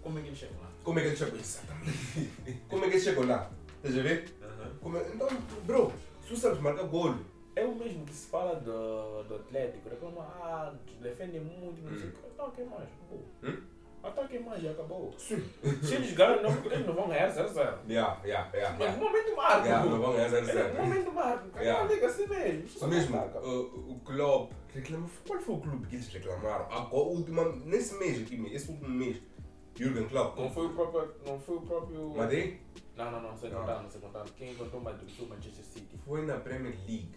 Como é que ele chega lá? Como é que eles chegam? Exatamente. Como é que eles chegam lá? Estás a ver? Como é- Então, bro, se tu sabes marcar gol, É o mesmo que se fala do, do Atlético, reclama, ah, defende muito, não sei o que. Ataque mais, acabou. Hum? Ataque mais e acabou. sim. Se eles ganham, não, eles não vão ganhar 0-0. Yeah, yeah, yeah. Mas yeah. no momento marco. Yeah, Ah, não vão ganhar É, 0-0. no momento marco. Yeah. Não, liga assim mesmo. Só mesmo, Ataca. uh, o clube reclamou. Qual foi o clube que eles reclamaram? Agora, última, nesse mês aqui, esse último mês, Jürgen Klopp. Não foi o próprio. Não foi o próprio. Madrid? Não, não, não, sem Não. contar, não sei contar. Quem encontrou o Madrid foi o Manchester City. Foi na Premier League.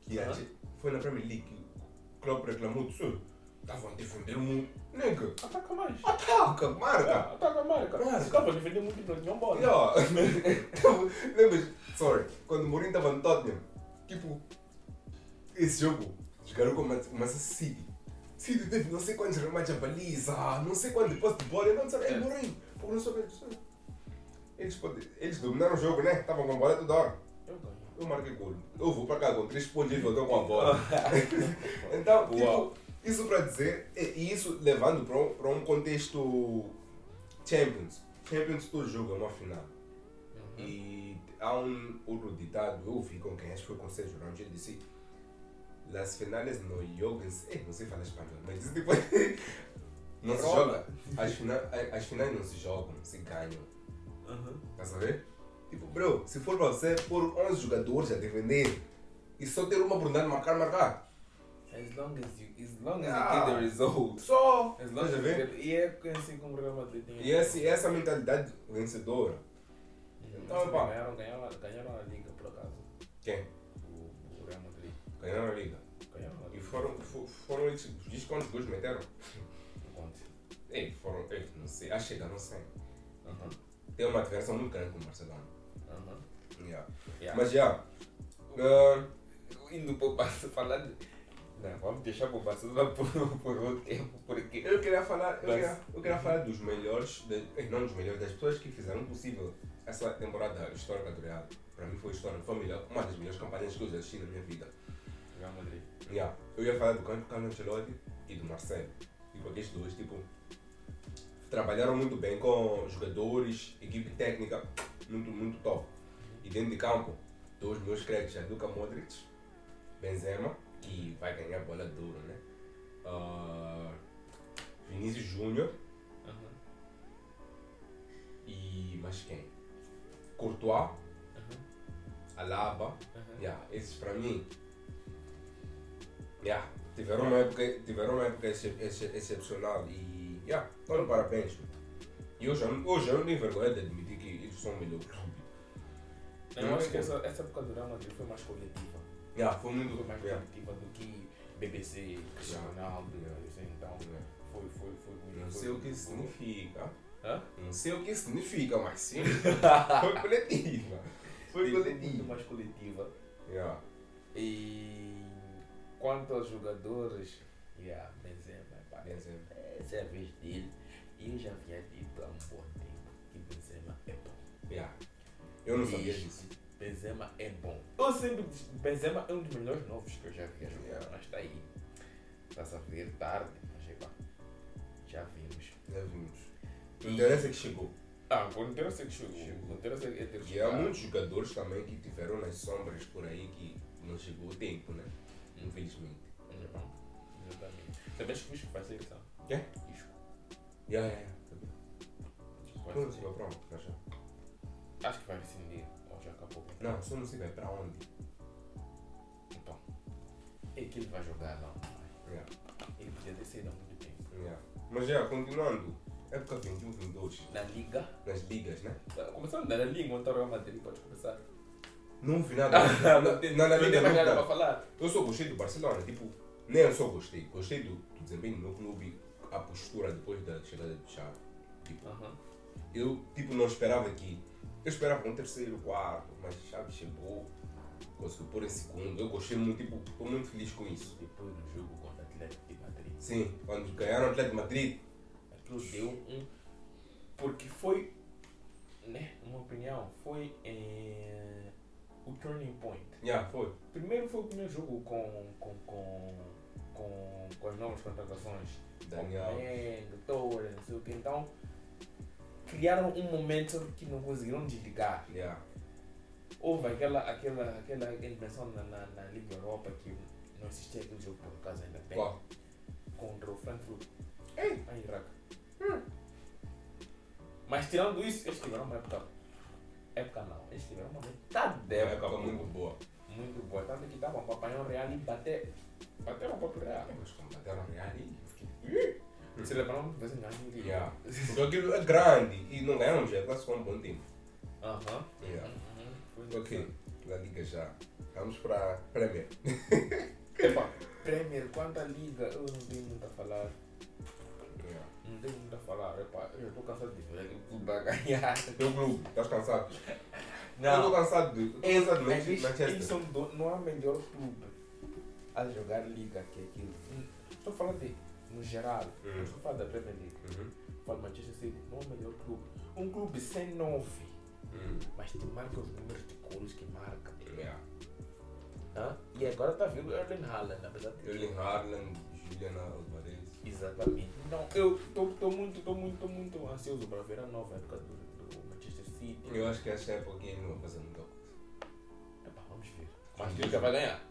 Que a Aham. gente- Foi na Premier League que o Klopp reclamou do sul. Estavam a defender um. Nega, Ataca mais. ataca, marca! Ah, Ataca mais, Marca. cara. Se tava defendendo muito, não tinha bola. Yeah. Tava- Lembras? Sorry, quando o Mourinho estava no Tottenham, tipo, esse jogo, jogaram com o Man- o Manchester City. City teve não sei quantos remates à baliza, não sei quantos postos de bola, eu não sei, é É. Mourinho, porque não soube. Eles, pode- eles dominaram o jogo, né? Estavam com a bola toda hora. Eu ganho. Eu marquei gol. Eu vou para cá com três pontos e voltou com a bola. Ah. Uau. Então, tipo, isso para dizer, e e isso levando para um, pra um contexto Champions. Champions todo jogo é uma final. Uhum. E há um outro ditado, eu ouvi com quem acho que foi com o Sérgio Ramos, ele disse Las finales no jogan se-" Ei, não sei falar espanhol, mas disse depois Não se Rola. joga, as, fina- as finais não se jogam, se ganham Tá sabendo? Tipo, bro, se for pra você pôr 11 jogadores a defender e só ter uma oportunidade de marcar, marcar As long as you, as long as you Ah. get the result. Só! As long as Deixa you eu ver. get, e é assim como o Real Madrid tem. E essa, essa mentalidade vencedora Então, Então, pá. ganharam, ganharam, ganharam a liga por acaso. Quem? O, o Real Madrid. Ganharam a liga Ganharam a E liga. foram, fo- foram eles, os descontos que eles meteram Não conte. Ei, foram, ei, não sei, Ah, acho que chegaram 100 Aham. tem uma diferença muito grande com o Barcelona. Aham. Yeah. Yeah. Uh, Mas já. ah, indo para o Barça falar. de- Não, vamos deixar para o Barcelona por, por outro tempo, porque. eu queria falar. Eu Mas- queria, eu queria falar dos melhores. de- eh, não dos melhores, das pessoas que fizeram possível essa temporada histórica do Real. Para mim foi história, foi a melhor- uma das melhores campanhas que eu já assisti na minha vida. Real Madrid. Yeah. Eu ia falar do Can- Carlo Ancelotti e do Marcelo. Tipo, aqueles dois, tipo, trabalharam muito bem com jogadores, equipe técnica, muito, muito top. E dentro de campo, dois meus créditos a Luka Modric, é Benzema que vai ganhar bola de ouro, né? Ah, Vinícius Júnior Aham. e mais quem? Courtois, Alaba, Yeah, esses para mim. Yeah, tiveram, uma época, tiveram uma época ex ex excepcional e yeah, estão de parabéns. E hoje, eu não- hoje eu não tenho vergonha de admitir que eles são o melhor clube. Eu acho que essa, essa época do Real Madrid foi mais coletiva. Yeah, foi muito Foi mais yeah, coletiva do que BBC, Cristiano Ronaldo, assim, então yeah. foi, foi, foi muito. Não foi sei o que muito isso bom. significa. Hã? Não sei o que isso significa, mas sim. foi coletiva. Foi Foi muito coletiva. mais coletiva. Yeah. E quanto aos jogadores, yeah, Benzema, pá, Benzema. essa é a vez dele. E eu já havia dito há um bom tempo que Benzema é bom. Yeah. Eu não sabia Isso. disso. Benzema é bom. Eu sempre disse, Benzema é um dos melhores novos que eu já vi a jogar, Yeah. mas está aí. Estás a ver tarde, mas epá, já vimos. Já vimos. é O E- interesse é que chegou. Ah, o interessa é que chegou. Chegou. O interessa é ter E há chegado. muitos jogadores também que tiveram nas sombras por aí que não chegou o tempo, né? Infelizmente. Uhum. Exatamente. Sabes que o Isco vai sair, sabe? Quê? Isco. Já, já, já. Isco Tipo, vai sair. Quando se vai pra onde? Pra já? Acho que vai rescindir. Ou já acabou. Não, só não se vai pra onde. Então. É que ele vai jogar lá. não vai? Já, Ele podia ter saído há muito tempo. já. Mas já, continuando. Época 21, 22. Na Liga. Tá, Nas ligas, né? Começando na Liga, ontem o Real Madrid pode começar. Não vi nada. Na, na, na, na não liga tem não mais vi nada para nada. falar. Eu só gostei do Barcelona. Tipo, nem eu só gostei. Gostei do, do desempenho do meu clube. A postura depois da chegada do Xavi. Tipo, Aham. Eu, tipo, não esperava que. Eu esperava um terceiro, quarto, mas Chaves chegou, conseguiu pôr em segundo. Eu gostei muito, tipo, estou muito feliz com isso. Depois do jogo contra o Atlético de Madrid. Sim, quando ganharam o Atlético de Madrid, Aquilo deu um. Porque foi, né, uma opinião, foi eh, o turning point. já foi. Primeiro foi o primeiro jogo com, com, com, com, com as novas contratações. Daniel. Mengo, Torres, não sei o que. Então, criaram um momento que não conseguiram desligar. já Houve aquela, aquela, aquela impressão na, na, na Liga Europa que não existia aquele jogo por acaso ainda tem. Qual? Contra o Frankfurt. Ei. Hum. Aí, Draca. Mas tirando isso, eles tiveram uma época. Época não, eles tiveram uma metade da É uma época época muito, muito boa. muito boa. Então, tá Tanto que estavam para apanhar o Real e bater. Bateram o próprio Real. Ah, Mas combateram o Real e eu fiquei. Se levaram de vez em quando. Já. Porque aquilo é grande e não ganharam já, quase foi um bom tempo. Aham. Já. Uhum. Foi Ok, na liga já. Vamos para Premier. Epa, Premier, quanta liga, eu não tenho muito a falar. Já. Não tenho muito a falar, epa, eu já estou cansado de ver o clube a ganhar. Teu clube, estás cansado? Eu tô cansado de. É, Eu tô cansado de eles, eles Manchester. são do, não há melhor clube a jogar liga que aquilo. Hum, Estou falando de, no geral, Hum. não estou falando da Premier League, Uhum. falo Manchester City, não há melhor clube. Um clube sem nove, Hum. mas te marca os números de cores que marca. Yeah. Hã? E agora está vindo o Erling Haaland, apesar de que- Erling Haaland, Julian Alvarez. Exatamente. Não, eu estou muito, estou muito, tô muito ansioso para ver a nova época do, do Manchester City. Eu acho que essa época ele não vai fazer muita coisa. Epá, É vamos ver. Mas Liga vai ganhar.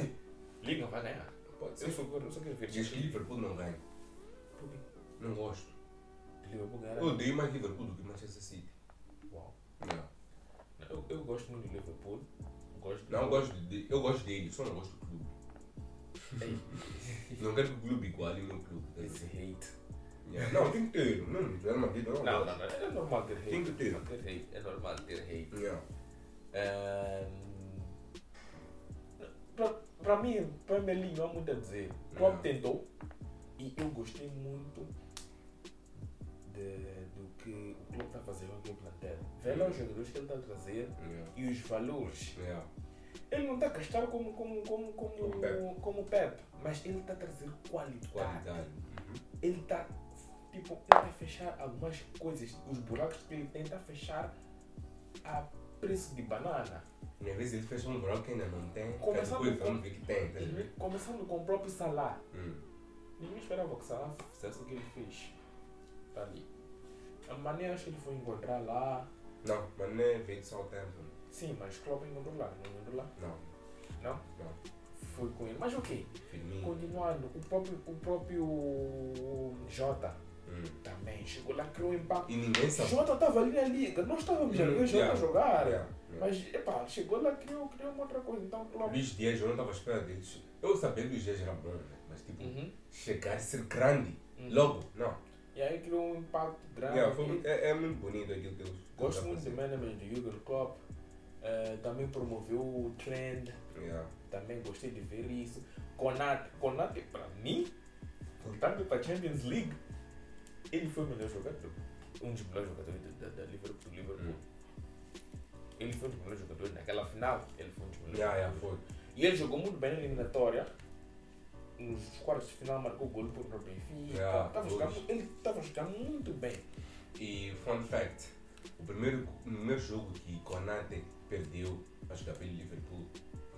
Liga vai ganhar. Pode Eu ser. sou eu só quero ver. Diz que Liverpool não ganha. Não gosto. Liverpool ganhará. Eu odeio mais Liverpool do que Manchester City. Uau. Não. Eu, eu gosto muito do Liverpool. Gosto do- Não gosto de, eu gosto dele, só não gosto do clube. Ei, Não quero que o clube iguale o meu clube. tá Esse ligado? hate. Yeah. Não, tem que ter. Não, tiver uma vida, eu não, Não, gosto. não, não. É normal ter hate. Tem que ter. É normal ter hate. É normal ter hate. Yeah. Para mim, Premier League não há muito a dizer. O Uhum. Klopp tentou e eu gostei muito de- do que o Klopp está fazendo com o plantel. Vê Uhum. lá os jogadores que ele está a trazer Yeah. e os valores. Yeah. Ele não está a gastar como, como, como, Como o Pep. como, como o Pep, mas ele está a trazer qualidade. Qualidade. Tá. Uhum. Ele está tipo, ele tá a fechar algumas coisas. Os buracos que ele tenta fechar a preço de banana. E às vezes ele fez um buraco que ainda não tem. Cada Começando depois com- vamos ver que tem, tá ligado? Começando com o próprio Salah. Hum. Ninguém esperava que o Salah fizesse o que ele fez. Tá ali. A Mané acho que ele foi encontrar lá. Não, mas não é feito só o tempo. Sim, mas Klopp encontrou lá. Não encontrou lá. Não. Não? Não. foi com ele. Mas ok, Firmino. continuando, o próprio, o próprio Jota Hum. também chegou lá, criou um impacto. E ninguém O sabe. Jota estava ali na liga, nós estávamos ali, Hum, o Jota yeah. jogar. Yeah, yeah. Mas, epá, chegou lá, criou, criou uma outra coisa. Então, claro. Luís Dias, eu não estava à espera deles. Eu sabia que Luís Dias era bom, né? mas tipo, Uhum. chegar e ser grande Uhum. logo, não. E aí criou um impacto grande. Yeah, foi E- muito- é, é muito bonito aquilo que eles Gosto muito do de management do Jürgen Klopp. Eh, também promoveu o trend. yeah. Também gostei de ver isso. Konate, Konate para mim, voltando para a Champions League, ele foi o melhor jogador. Um dos melhores jogadores da, da- da Liverpool. do Liverpool. Hum. Ele foi um dos melhores jogadores naquela final. Ele foi um dos melhores Yeah, yeah, jogadores. foi. E ele jogou muito bem na eliminatória. Nos quartos de final marcou gol contra o Benfica. Yeah, Tava dois. jogando- ele estava jogando muito bem. E fun fact, o primeiro, o primeiro jogo que Konate perdeu, acho que pelo Liverpool,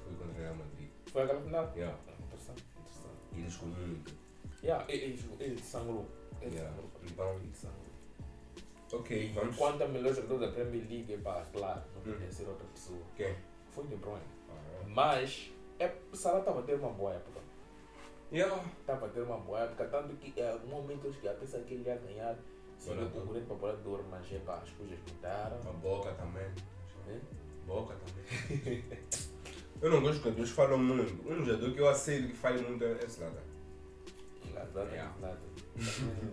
foi contra o Real Madrid. Foi aquela final. Yeah. Interessante, interessante. E eles com muito. Yeah, ele, ele, ele sangrou. Ele Yeah. sangrou. Então, Ele sangrou. ok, vamos. Quanto ao melhor jogador da Premier League, pá, claro, não Hum. podia ser outra pessoa. Quem? Foi De Bruyne. Ah, Mas, é, o Salah estava a ter uma boa época. Yeah. Estava a ter uma boa época, tanto que é, um momento eu cheguei a pensar que ele ia ganhar. Seria Bola o de Ouro. concorrente para a bola de ouro, mas é, pá, as coisas mudaram. A boca também. Hein? Boca também. eu não gosto de jogadores que falam muito. Um jogador que eu aceito que fale muito é esse lado. Lazada, Yeah. lazada.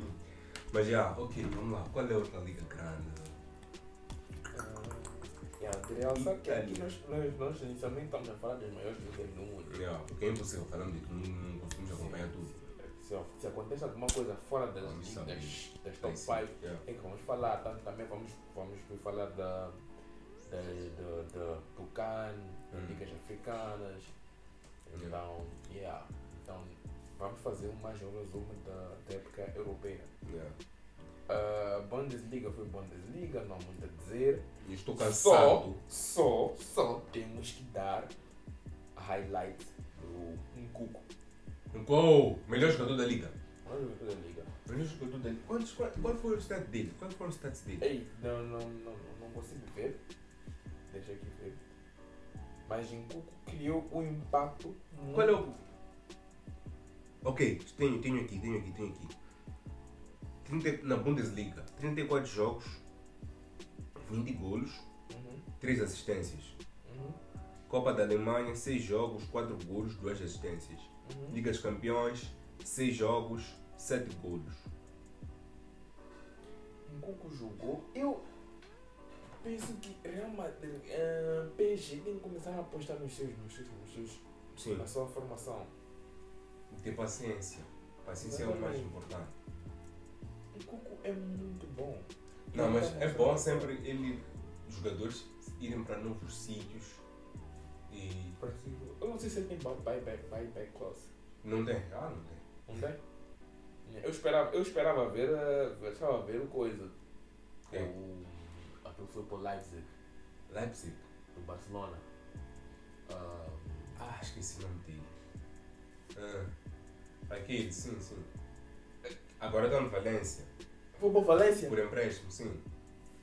Mas já, ok, vamos lá. Qual é a outra liga grande? E a Adriel, sabe que aqui Itália. nós, nós, nós inicialmente estamos a falar dos maiores líderes do mundo. Yeah, porque é impossível falando de tudo, não conseguimos acompanhar tudo. Se, se acontece alguma coisa fora das, Vamos das, saber. das Tem top sim. 5, Yeah. é que vamos falar. Tanto também vamos, vamos falar da, da, do, do, do CAN, das Hum. ligas africanas. Então, yeah. Então, vamos fazer mais um resumo da, da época europeia. Yeah. Ah, Bundesliga foi Bundesliga, não há muito a dizer. E Estou Só, cansado. só, só temos que dar highlight do Nkuku. Qual o Um melhor jogador da liga? Olha o da liga. Melhor jogador da liga. Quantos, qual, qual foi o stat dele? Quantos foram os stats dele? Ei, não, não, não, não, não consigo ver. Deixa aqui ver. Mas Nkuku criou um impacto. muito- Qual é o. Ok, tenho, tenho aqui, tenho aqui, tenho aqui. 30, na Bundesliga, 34 jogos, 20 golos, Uhum, 3 assistências. uhum, Copa da Alemanha, 6 jogos, 4 golos, 2 assistências. uhum. Liga dos Campeões, 6 jogos, 7 golos. Nkuku jogou. Eu penso que Real Madrid, eh, PSG tem que começar a apostar nos seus, nos seus, nos seus, Sim. na sua formação. E ter paciência. Paciência é o mais importante. Nkuku é muito bom. Não, mas Ele tá é bom mostrando- sempre ele, os jogadores irem para novos sítios e Eu não sei se ele tem buy- buyback, buyback clause. não tem. Ah, não tem. Não tem? Eu esperava, eu esperava ver, eh, eu esperava ver o coisa. É. O, aquele que foi pro Leipzig, Leipzig. do Barcelona. Ah, Ah, esqueci o nome dele. Ah, aquele, sim, sim. Agora está no Valência. foi pro Valência? Por empréstimo, sim.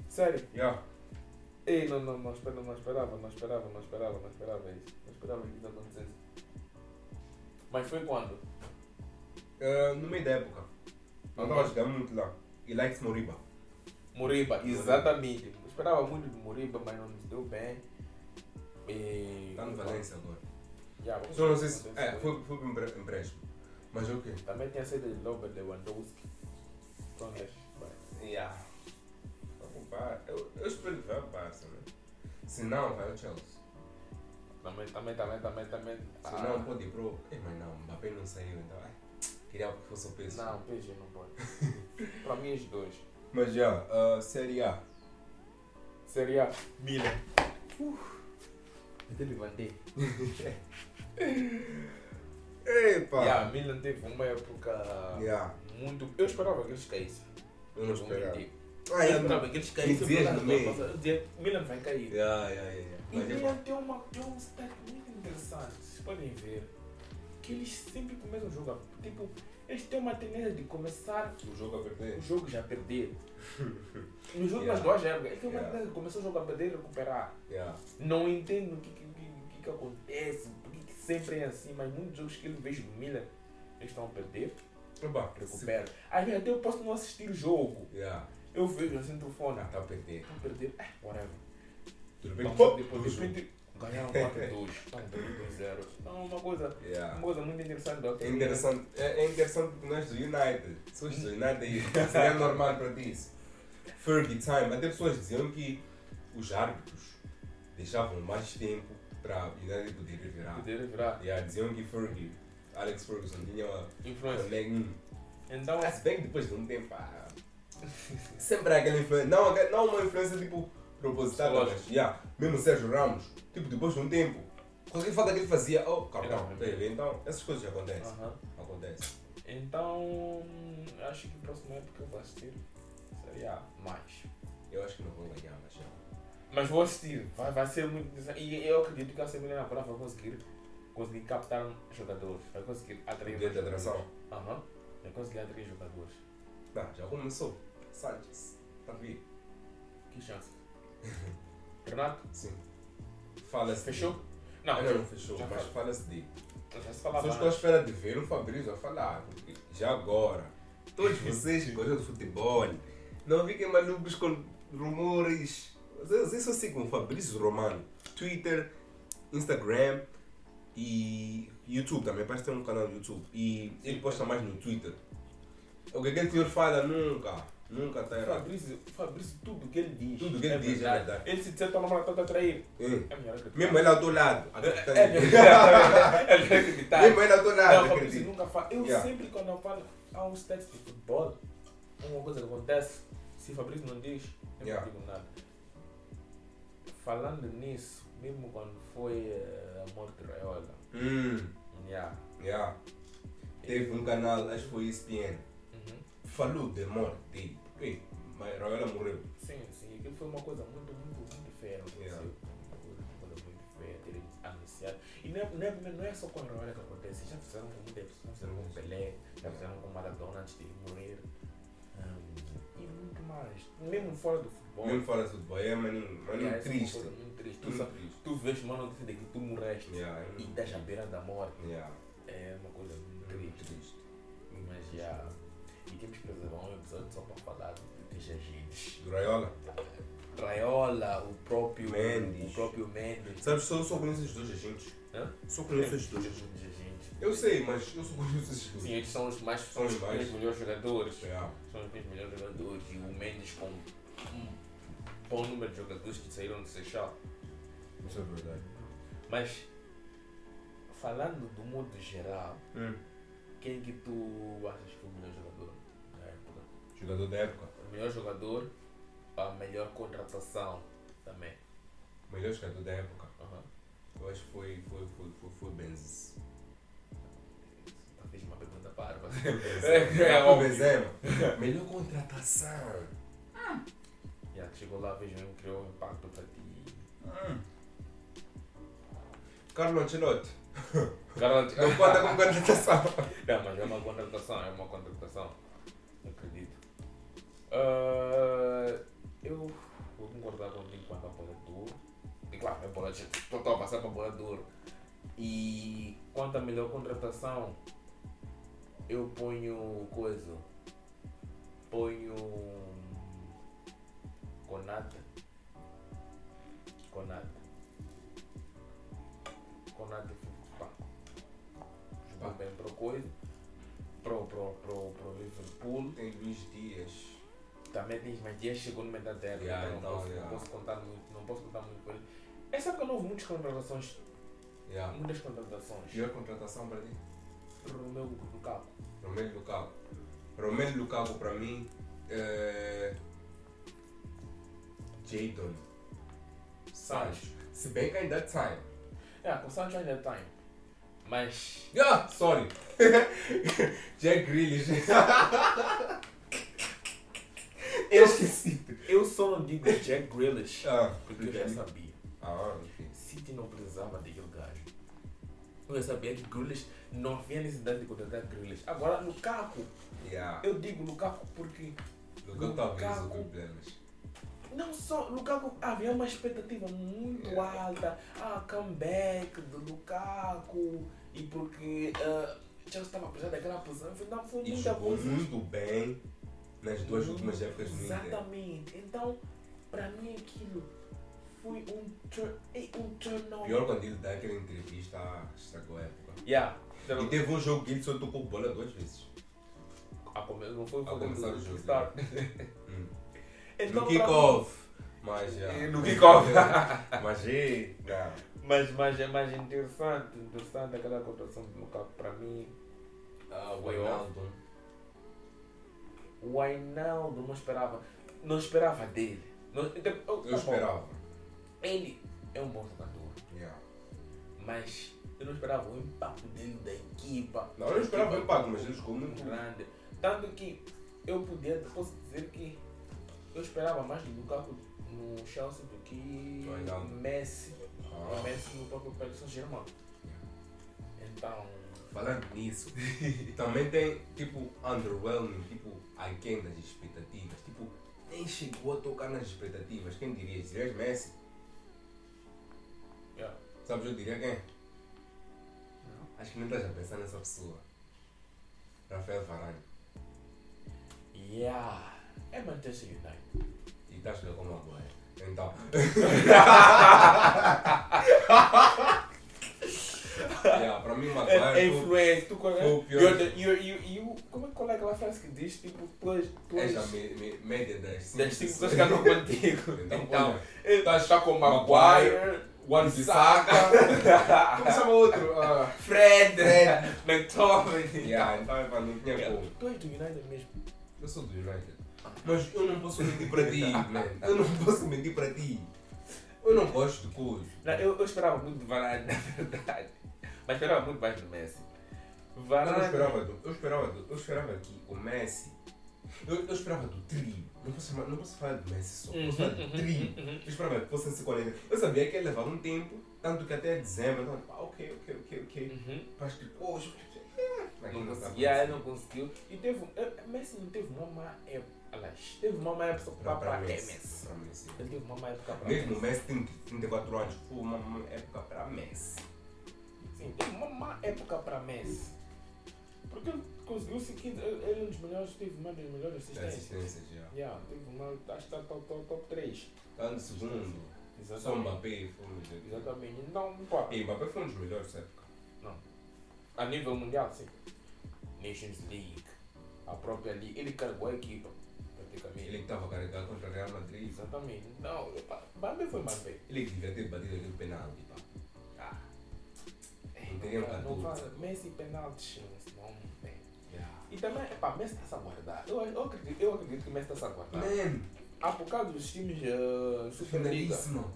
Sério? Yeah. Ei, não, não, não esperava, não esperava, não esperava, não esperava, não esperava isso. Não esperava que isso acontecesse. Mas foi quando? Ah, no meio da época. Uhum. Não estava ajudando muito lá. E Likes Moriba. Moriba, Moriba. exatamente. Eu esperava muito do Moriba, mas não nos deu bem. E... Está Tá no Valência agora. Uhum. Yeah, vamos Só não ver sei o que se. acontece É, com foi, ele. foi por empre- empréstimo. Mas é ok. Também tinha sido de Lobo Lewandowski. Então, é. vai. Yeah. Tá Eu, eu espero que vá ao Barça, né? Se não, vai ao Chelsea. Se Também, também, também, também, também. Ah, não, pode ir pro. Ei, mas não, Mbappé não saiu, então. Ai, queria que fosse o peso. Não, PG não pode. pra mim, os dois. Mas já, ah, Série A. Seria Milan. Eu te levantei. Epa! Yeah, Milan teve uma época Yeah, muito. Eu esperava que eles caíssem. Eu não esperava. Eu Ah, yeah, esperava que eles Me caíssem. dias pela- no meio. pela- Eu dizia, Milan vai cair. yeah, yeah, yeah. E Mas, é yeah. Milan tem, uma, tem um stat muito interessante. Vocês podem ver que eles sempre começam o jogo. a- Tipo, eles têm uma tendência de começar O jogo a o perder. jogo já a perder. Nos últimas Yeah. duas épocas, eles têm uma Yeah. tendência de começar o jogo a perder e recuperar. Yeah. Não entendo o que, que, que, que, que acontece, por que que sempre é assim, mas muitos jogos que eu vejo do Milan, eles estão a perder, Opa, recupera. Às vezes até eu posso não assistir o jogo. Yeah, Eu vejo assim no fone, ah, tá a perder. estão a perder, ah, whatever. Tudo bem? Depois, Dois, depois, um. depois ganharam 4-2, estão perdendo 2-0. Então uma coisa, Yeah. uma coisa muito interessante da É outra. interessante, é, é interessante porque nós do United, pessoas do United, seria normal para ti isso. Fergie Time, até pessoas diziam que os árbitros deixavam mais tempo para o United poder virar. Poder virar Yeah, diziam que Fergie, Alex Ferguson tinha uma influência. Hum. Então, Ah, se bem que depois de um tempo, ah, sempre há aquela influência, não, aquela- não uma influência tipo propositada, mas Lógico. yeah, mesmo Sérgio Ramos, tipo depois de um tempo, qualquer falta que ele fazia, oh, cartão, Era. Ah. tá a ver? então essas coisas acontecem, aham. acontecem. Então, acho que a próxima época eu vou assistir seria mais. Eu acho que não vou ganhar, mas já. Mas vou assistir, vai, vai ser muito interessante. E eu acredito que a Assembleia Nacional vai conseguir, conseguir captar jogadores, vai conseguir atrair Poder de jogadores. atração. Aham, vai conseguir atrair jogadores. Não, já começou. Sanches. Tá vir. Que chance. Renato, Sim. Fala-se. de- fechou? Ah, Não, Não, fechou. Já mas fala. fala-se de. já se Só falava. estou à antes. espera de ver o Fabrício a falar. porque Já agora. Todos vocês que gostam de futebol. Não fiquem malucos com rumores. Vocês vocês só sigam o Fabrício Romano. Twitter, Instagram e YouTube também. Parece ter um canal no YouTube. E ele posta mais no Twitter. O que aquele senhor fala nunca. Nunca está errado. Fabrício, Fabrício, tudo que ele diz. É. Tudo que ele diz é verdade. Ele se disser tua namorada está a trair. Hum. É melhor acreditar. Mesmo ele ao teu lado. É acredita melhor nisso. é melhor acreditar. Mesmo ele ao Não, teu lado. Fabrício acredita. nunca fala. Eu Yeah. sempre quando eu falo há uns textos de futebol, uma coisa que acontece, se Fabrício não diz, eu Yeah. não digo nada. Falando nisso, mesmo quando foi eh, a morte de Raiola, Hum. yeah. Yeah. Teve um canal, acho que foi ESPN. Uhum. Falou de morte dele. Ei, mas Raiola morreu. Sim, sim, aquilo foi uma coisa muito, muito, muito feia, não Yeah. aconteceu. Uma coisa- uma coisa muito feia ter anunciado. E não é, não é, não é só com a Raiola que acontece, já fizeram com muita pessoa, já fizeram com o Pelé, já fizeram com o Maradona antes de morrer. Ahm, e muito mais. Mesmo fora do futebol. Mesmo fora de futebol, é maninho, maninho Yeah, isso é uma triste. coisa muito triste. Tu, Hum, sabe- triste. tu vês uma notícia de que tu morreste Yeah, é e muito estás à beira da morte. Yeah, É uma coisa muito muito triste. triste. Mas já. E temos que reservar um episódio só para falar de de Jardines. Do Raiola. Raiola, o próprio Mendes. O próprio Mendes. Sabes, só, só conheço os dois agentes. Hã? Só conheço os dois agentes. De Jardines. Eu sei, mas eu só conheço esses dois. Sim, é eles são os mais. São São os os mais. três melhores jogadores. Yeah. São os três melhores jogadores. E o Mendes com um bom número de jogadores que saíram do Seixal. Isso é verdade. Mas falando do modo geral, quem que tu achas que foi o melhor jogador da época? Jogador da época. O melhor jogador, a melhor contratação também. Melhor jogador da época. Aham. Eu acho que foi, foi, foi, foi, foi Benzes. Talvez uma pergunta parva. É, o óbvio. Benzema. Melhor contratação. E ela que chegou lá, vejo mesmo, criou um impacto pra ti. Carlo Ancelotti. Garanto. Não conta com contratação. É Não, mas é uma contratação, é uma contratação. Não Acredito. Ah, eu vou concordar contigo quanto à bola de ouro. E claro, é bola de Estou a passar para a bola de ouro. E quanto à melhor contratação, eu ponho coisa. Ponho. Conata. Conata. Conata. Pá. Jogou Pá. bem pro coisa. Pro, pro, pro, pro Liverpool. Tem Luís Dias. Também tem mais dias chegou no meio da terra. Yeah, então então, não, posso, yeah. não posso contar muito, não posso contar muito com ele. É só que eu não houve muitas contratações. Yeah. Muitas contratações. Pior contratação para ti? Pro meu do carro. Romelu Lukaku. Romelu Lukaku para mim é... Jadon Sancho. Se bem que ainda sai. É, com o Sancho ainda tem. Mas. Yeah, Ah, sorry. Jack Grealish. Ah, Eu- esqueci. Eu só não digo Jack Grealish. Ah, Porque eu já sabia. Ah, ok. City não precisava daquele gajo. Eu sabia que Grealish não havia necessidade de contratar Grealish. Agora, Lukaku, Yeah. eu digo Lukaku porque. Lukaku talvez o Lukaku. problemas. Não, Não só, Lukaku, havia uma expectativa muito É. alta. Ah, comeback do Lukaku. E porque ah, Chelsea estava precisando daquela posição. Afinal, foi E muita jogou coisa. muito bem nas duas últimas épocas do Inter. Exatamente. Então, para mim aquilo foi um, turn, é um turn on. Pior quando ele dá aquela entrevista, ah, estragou a época. Yeah. E teve um jogo que ele só tocou bola duas vezes. Então, A come- Não foi um A começar o jogo. Start. Hum. Então, No pra mim- É, kick-off. Mas já. E no kick-off. Mas e. não. Mas, mas é mais interessante, interessante aquela contratação do Lukaku para mim. Ah, O Reinaldo. O Ainaldo não esperava. Não esperava dele. Não, então, eu, tá Eu bom, esperava. Ele é um bom jogador. Yeah. Mas eu não esperava o impacto dele da equipa. Não, eu não esperava o impacto, mas ele jogou muito. grande. Tanto que eu podia, posso dizer que eu esperava mais do Lukaku no Chelsea do que Do Ainaldo. Messi. Ah. Messi no próprio Paris Saint-Germain. Então, Falando nisso, também tem tipo underwhelming, tipo aquém das expectativas. Tipo, nem chegou a tocar nas expectativas. Quem diria? Dirias Messi? yeah. Sabes, eu diria quem? Acho que nem estás a pensar nessa pessoa. Rafael Varane. Yeah. É Manchester United. E estás com tá uma boa. Então, yeah, para mim, Maguire. É, é foi- influência, tu conhece? o pior- You're the- you're- you- you- como é que é aquela frase que diz? Tipo, tu és. Tu és És a me- me- média das cinco das cinco pessoas que andam contigo. Então, Então, olha, ele tá- está com Maguire, Maguire, One Bissaka. Como chama o outro? Ah, Fred, McTominay. yeah, então é para não tinha como. Tu és do United mesmo. Eu sou do United. Mas eu não posso mentir para ti, man. Eu não posso mentir para ti. Eu não gosto de coisa. Não, eu, eu esperava muito do Varane, na verdade. Mas esperava muito mais do Messi. Eu Varane. não esperava do. Eu esperava do. Eu esperava que o Messi. Eu, eu esperava do trio. Não posso, chamar- não posso falar do Messi só. Eu esperava Uhum, do trio. Eu esperava que fossem ser 40. Eu sabia que ia levar um tempo, tanto que até dezembro. Então, ah, ok, ok, ok, ok. Acho que eh, hoje. Uhum. Não tá conseguia, ele não conseguiu. E teve. eh, Messi não teve uma má época. Aliás, teve uma má época para, para Messi. Ele teve uma má época para Mesmo o Messi. Messi tem 34 anos, foi tipo, uma- uma época para Messi. Sim, teve uma má época para Messi. Porque ele conseguiu seguir. Ele ele é um dos melhores, teve uma das É, melhores assistências. Assistência já. Yeah, teve uma. Acho que está top, top, top 3. Tá no segundo. Só o Mbappé foi um dos melhores. Exatamente. Então, pá. E o Mbappé foi um dos melhores dessa época. A nível mundial, sim. Nations League, a própria liga, ele carregou a equipa, praticamente. Ele que estava carregado contra o Real Madrid. Exatamente. Não, Mbappé foi Mbappé. Ele que devia ter batido aquele penalti, pá. Ah. Não tem Não, não dúvida. faz Messi penaltis, não tem. E também, epá, Messi está-se a guardar. Eu, eu, acredito, eu acredito que Messi está-se a guardar. Man, Há Ah, por causa dos times uh, Superliga, finalíssimo.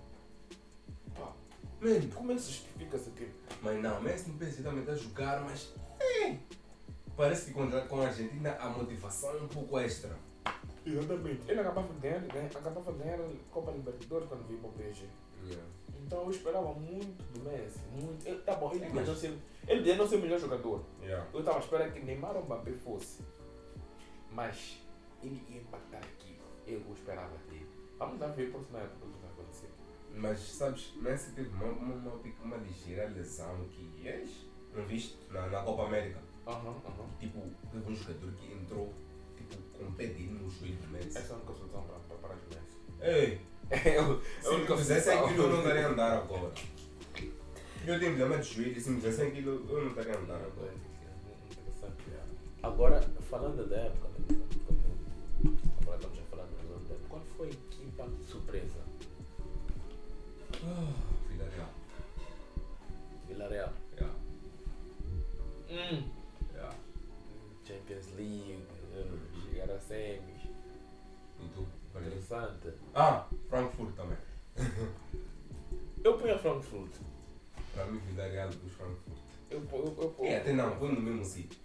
pá, Man, como é que justifica-se aquilo? mas não, Messi no PSG também está a jogar, mas. Ei, Parece que contra, com a Argentina a motivação é um pouco extra. Exatamente. Ele acabava de ganhar, ganha- acabava de ganhar a Copa Libertadores quando veio para o PSG. Então eu esperava muito do Messi, muito. Ele, tá bom, ele É, podia mas- não ser, ele podia não ser o melhor jogador. Yeah. Eu estava esperando que Neymar ou Mbappé fosse. Mas ele ia impactar aqui. Eu esperava dele. Vamos lá ver a próxima época o que vai acontecer. Mas sabes, Messi teve uma, uma, uma, pequ- uma ligeira lesão que yes, não viste na, na Copa América. Aham, aham. Tipo, teve um jogador que entrou tipo, com o pé dele no joelho do Messi. Essa é a única solução para para parar de Messi. É Ei, Eu, se eu não fizesse aquilo, eu não estaria a andar agora. Eu tenho problema de joelho, se me fizesse aquilo, eu não estaria a andar agora. Agora, falando da época, né, como agora estamos já falando da época, qual foi a equipa surpresa? Ah, Vida real. Villarreal. Yeah, Hum. yeah. Champions League, eh, chegar a semis, E tu? Qual é isso? interessante. Ah, Frankfurt também. Eu ponho a Frankfurt. Para mim, Vida real dos Frankfurt. Eu ponho, eu, eu ponho. É, até não, foi no mesmo sítio.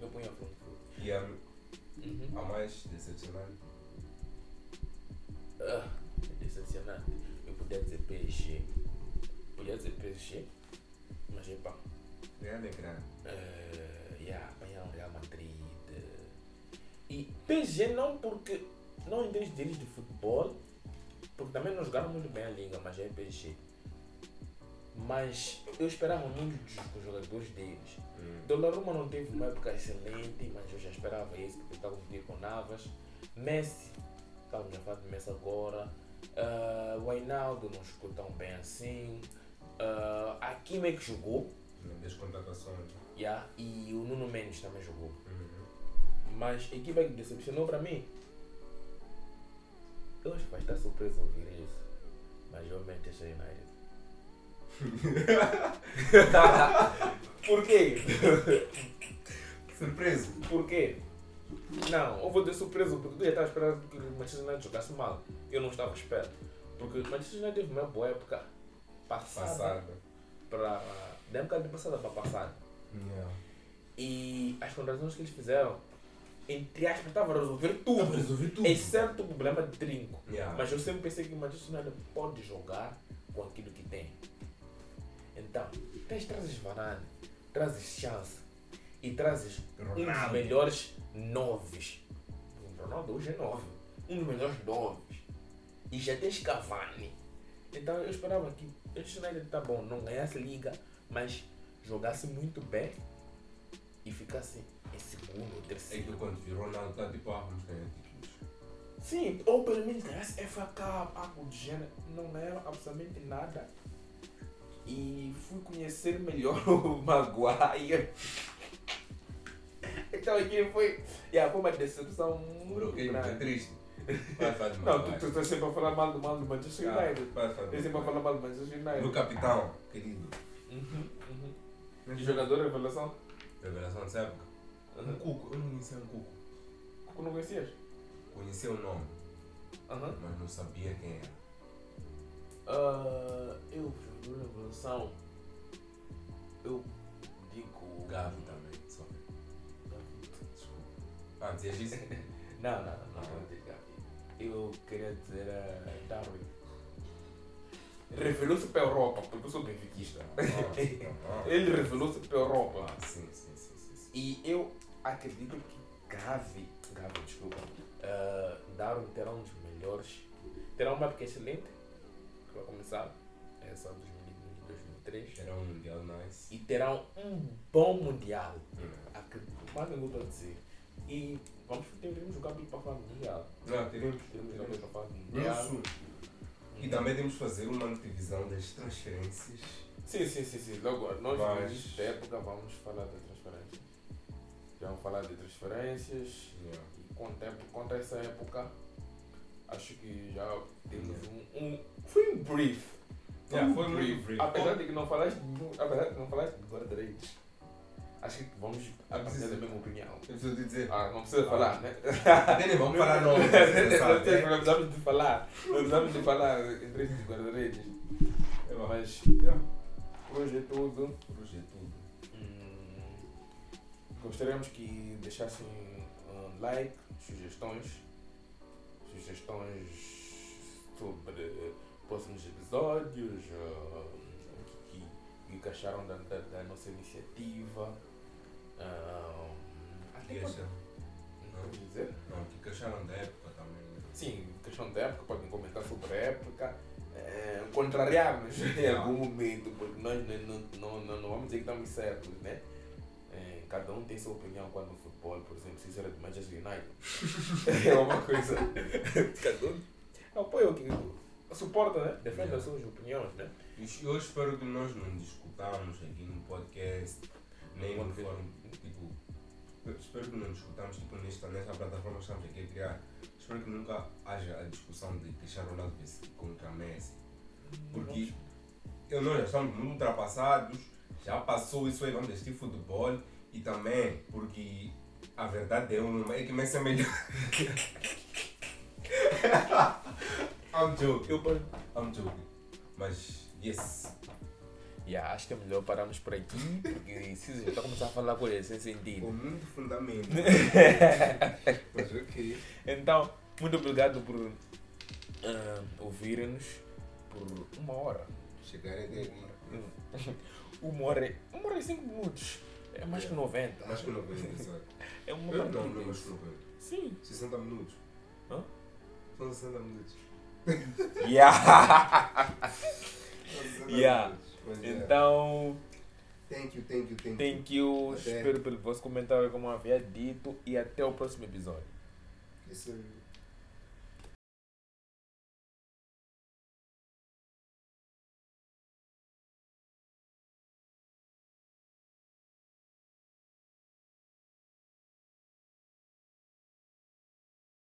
Eu ponho a Frankfurt. E a, Uhum. a mais decepcionante. Ah, é decepcionante. Eu podia dizer PSG. Podia dizer PSG, mas epá. Real é grande. um eh, yeah, apanhar o Real Madrid. eh. E PSG não porque. não entendo deles de futebol, porque também não jogaram muito bem a liga, mas é PSG. Mas eu esperava muito dos jogadores deles. Donnarumma não teve uma época excelente, mas eu já esperava isso, porque está a competir com Navas. Messi, estávamos a falar de Messi agora. Ah, o Ainaldo não jogou tão bem assim. Ah, a Kim é que jogou, Não descontratações. yeah, e o Nuno Mendes também jogou. Uhum. Mas a equipa que decepcionou para mim. Eu acho que vai estar surpreso ao ouvir isso. Mas eu Manchester United. Por quê? Surpreso. Por quê? Não, eu vou ter surpreso porque tu já estava esperando que o Manchester United jogasse mal. Eu não estava esperando. Porque o Manchester United teve uma boa época passada Passada. para. Da época de passada para passada. Yeah. E as contratações que eles fizeram, entre aspas, estava a resolver tudo. resolvi Exceto o problema de trinco. Tá Yeah. Mas eu sempre pensei que o Manchester United pode jogar com aquilo que tem. Então, tens, trazes Varane, trazes chance e trazes um dos Ronaldo. melhores noves. O Ronaldo hoje é nove. Um dos melhores noves. E já tens Cavani. Então eu esperava que o Manchester United tá bom, não ganhasse liga, mas jogasse muito bem e ficasse em segundo ou É terceiro. que eu quando vi Ronaldo tá tipo, ah, vamos ganhar títulos. Sim, ou pelo menos é ganhasse FA Cup, algo do gênero. Não ganharam absolutamente nada. E fui conhecer melhor o Maguire. Então aqui foi, yeah, foi uma decepção muito Bro, quem é grande. triste? Vai falar de Não, Maguire. tu né? estás sempre a falar mal do mal do Manchester Ah, United. vai falar de Eu sempre a é falar mal do Manchester Maguire. Do United. capitão, querido. Uhum, uhum. E jogador revelação? Revelação dessa época. Um Uhum. cuco, eu não conhecia um cuco. Tu não conhecias? Conhecia o nome, Aham. mas não sabia quem era. Ah, eu, jogador revelação, eu digo... O Gavi também, só que. Desculpa. Ah, dizias isso? Não, não, não, não vou dizer Gavi. Eu queria dizer a Darwin. Revelou-se para a Europa, porque eu sou benfiquista. Ah, ah, Ele revelou-se para a Europa. ah. Sim, sim, sim, sim. sim. E eu acredito que Gavi, Gavi, desculpa, ah, Darwin terá um dos melhores. Terá uma época excelente, que vai começar, é essa 2002, 2003. Era um mundial nice. E terá um bom Mundial. Hum. Acredito, mais nenhum para dizer. E vamos teremos o Gabi para falar do Mundial. Não, teremos. Teremos o Gabi para falar do Mundial. Isso. E também temos de fazer uma antevisão das transferências. Sim, sim, sim, sim. Logo, nós Mas- no início da época vamos falar de transferências. Já vamos falar de transferências. Yeah. E com o tempo, contra essa época, acho que já temos um, um. Foi um brief. um Yeah, foi muito brief. Apesar de que não falaste, mu- apesar de que não falaste de guarda-redes. Acho que vamos Ah, partilhar precisa. da mesma opinião. Eu preciso te dizer. Ah, não precisa falar, né? Até nem vamos falar nomes. você sabe, né? Não precisamos de falar. Não precisamos de falar entre esses guarda-redes. É bom. Mas, por hoje é tudo. Hoje é tudo. Hum, gostaríamos que deixassem um like, sugestões, sugestões sobre eh, próximos episódios, hum, o que, que- o que acharam da, da- da nossa iniciativa. Hum, E até pode- acha? não vou dizer? Não, o que acharam da época também? né? Sim, questão da época, podem comentar sobre a época. eh, Contrariar-nos em algum momento, porque nós não, não, não, não, não vamos dizer que estamos certos, né? Eh, Cada um tem sua opinião quanto ao futebol, por exemplo, se isso era de Manchester United. é uma coisa. Cada um apoia o que. Suporta, né? Defende as suas opiniões, né? E Eu espero que nós não discutamos aqui no podcast, nem no fórum, tipo, eu espero que não discutamos tipo, nesta, nesta plataforma que estamos aqui a criar. Espero que nunca haja a discussão de Cristiano Ronaldo Messi contra Messi, porque eu, nós já estamos muito ultrapassados, já passou isso aí, vamos assistir futebol e também porque a verdade é uma, é que Messi é melhor. I'm joking. Eu, eu, I'm joking. Mas, yes. yeah, acho que é melhor pararmos por aqui, porque se já está a tá começar a falar coisas sem sentido. Com muito fundamento. Mas ok. Então, muito obrigado por ah, ouvirem-nos por uma hora. Chegarem até aqui. Uma hora, e- uma hora e cinco minutos. É mais que 90. Mais que 90, sabe? É uma Eu partida. não, não mais que 90. Sim. 60 minutos. Hã? São 60 minutos. Yeah. São 60 Yeah. minutos. Mas, yeah. Então, Thank you, thank you, thank you. thank you. Até. Espero pelo vosso comentário, como havia dito. E até o próximo episódio. Esse- é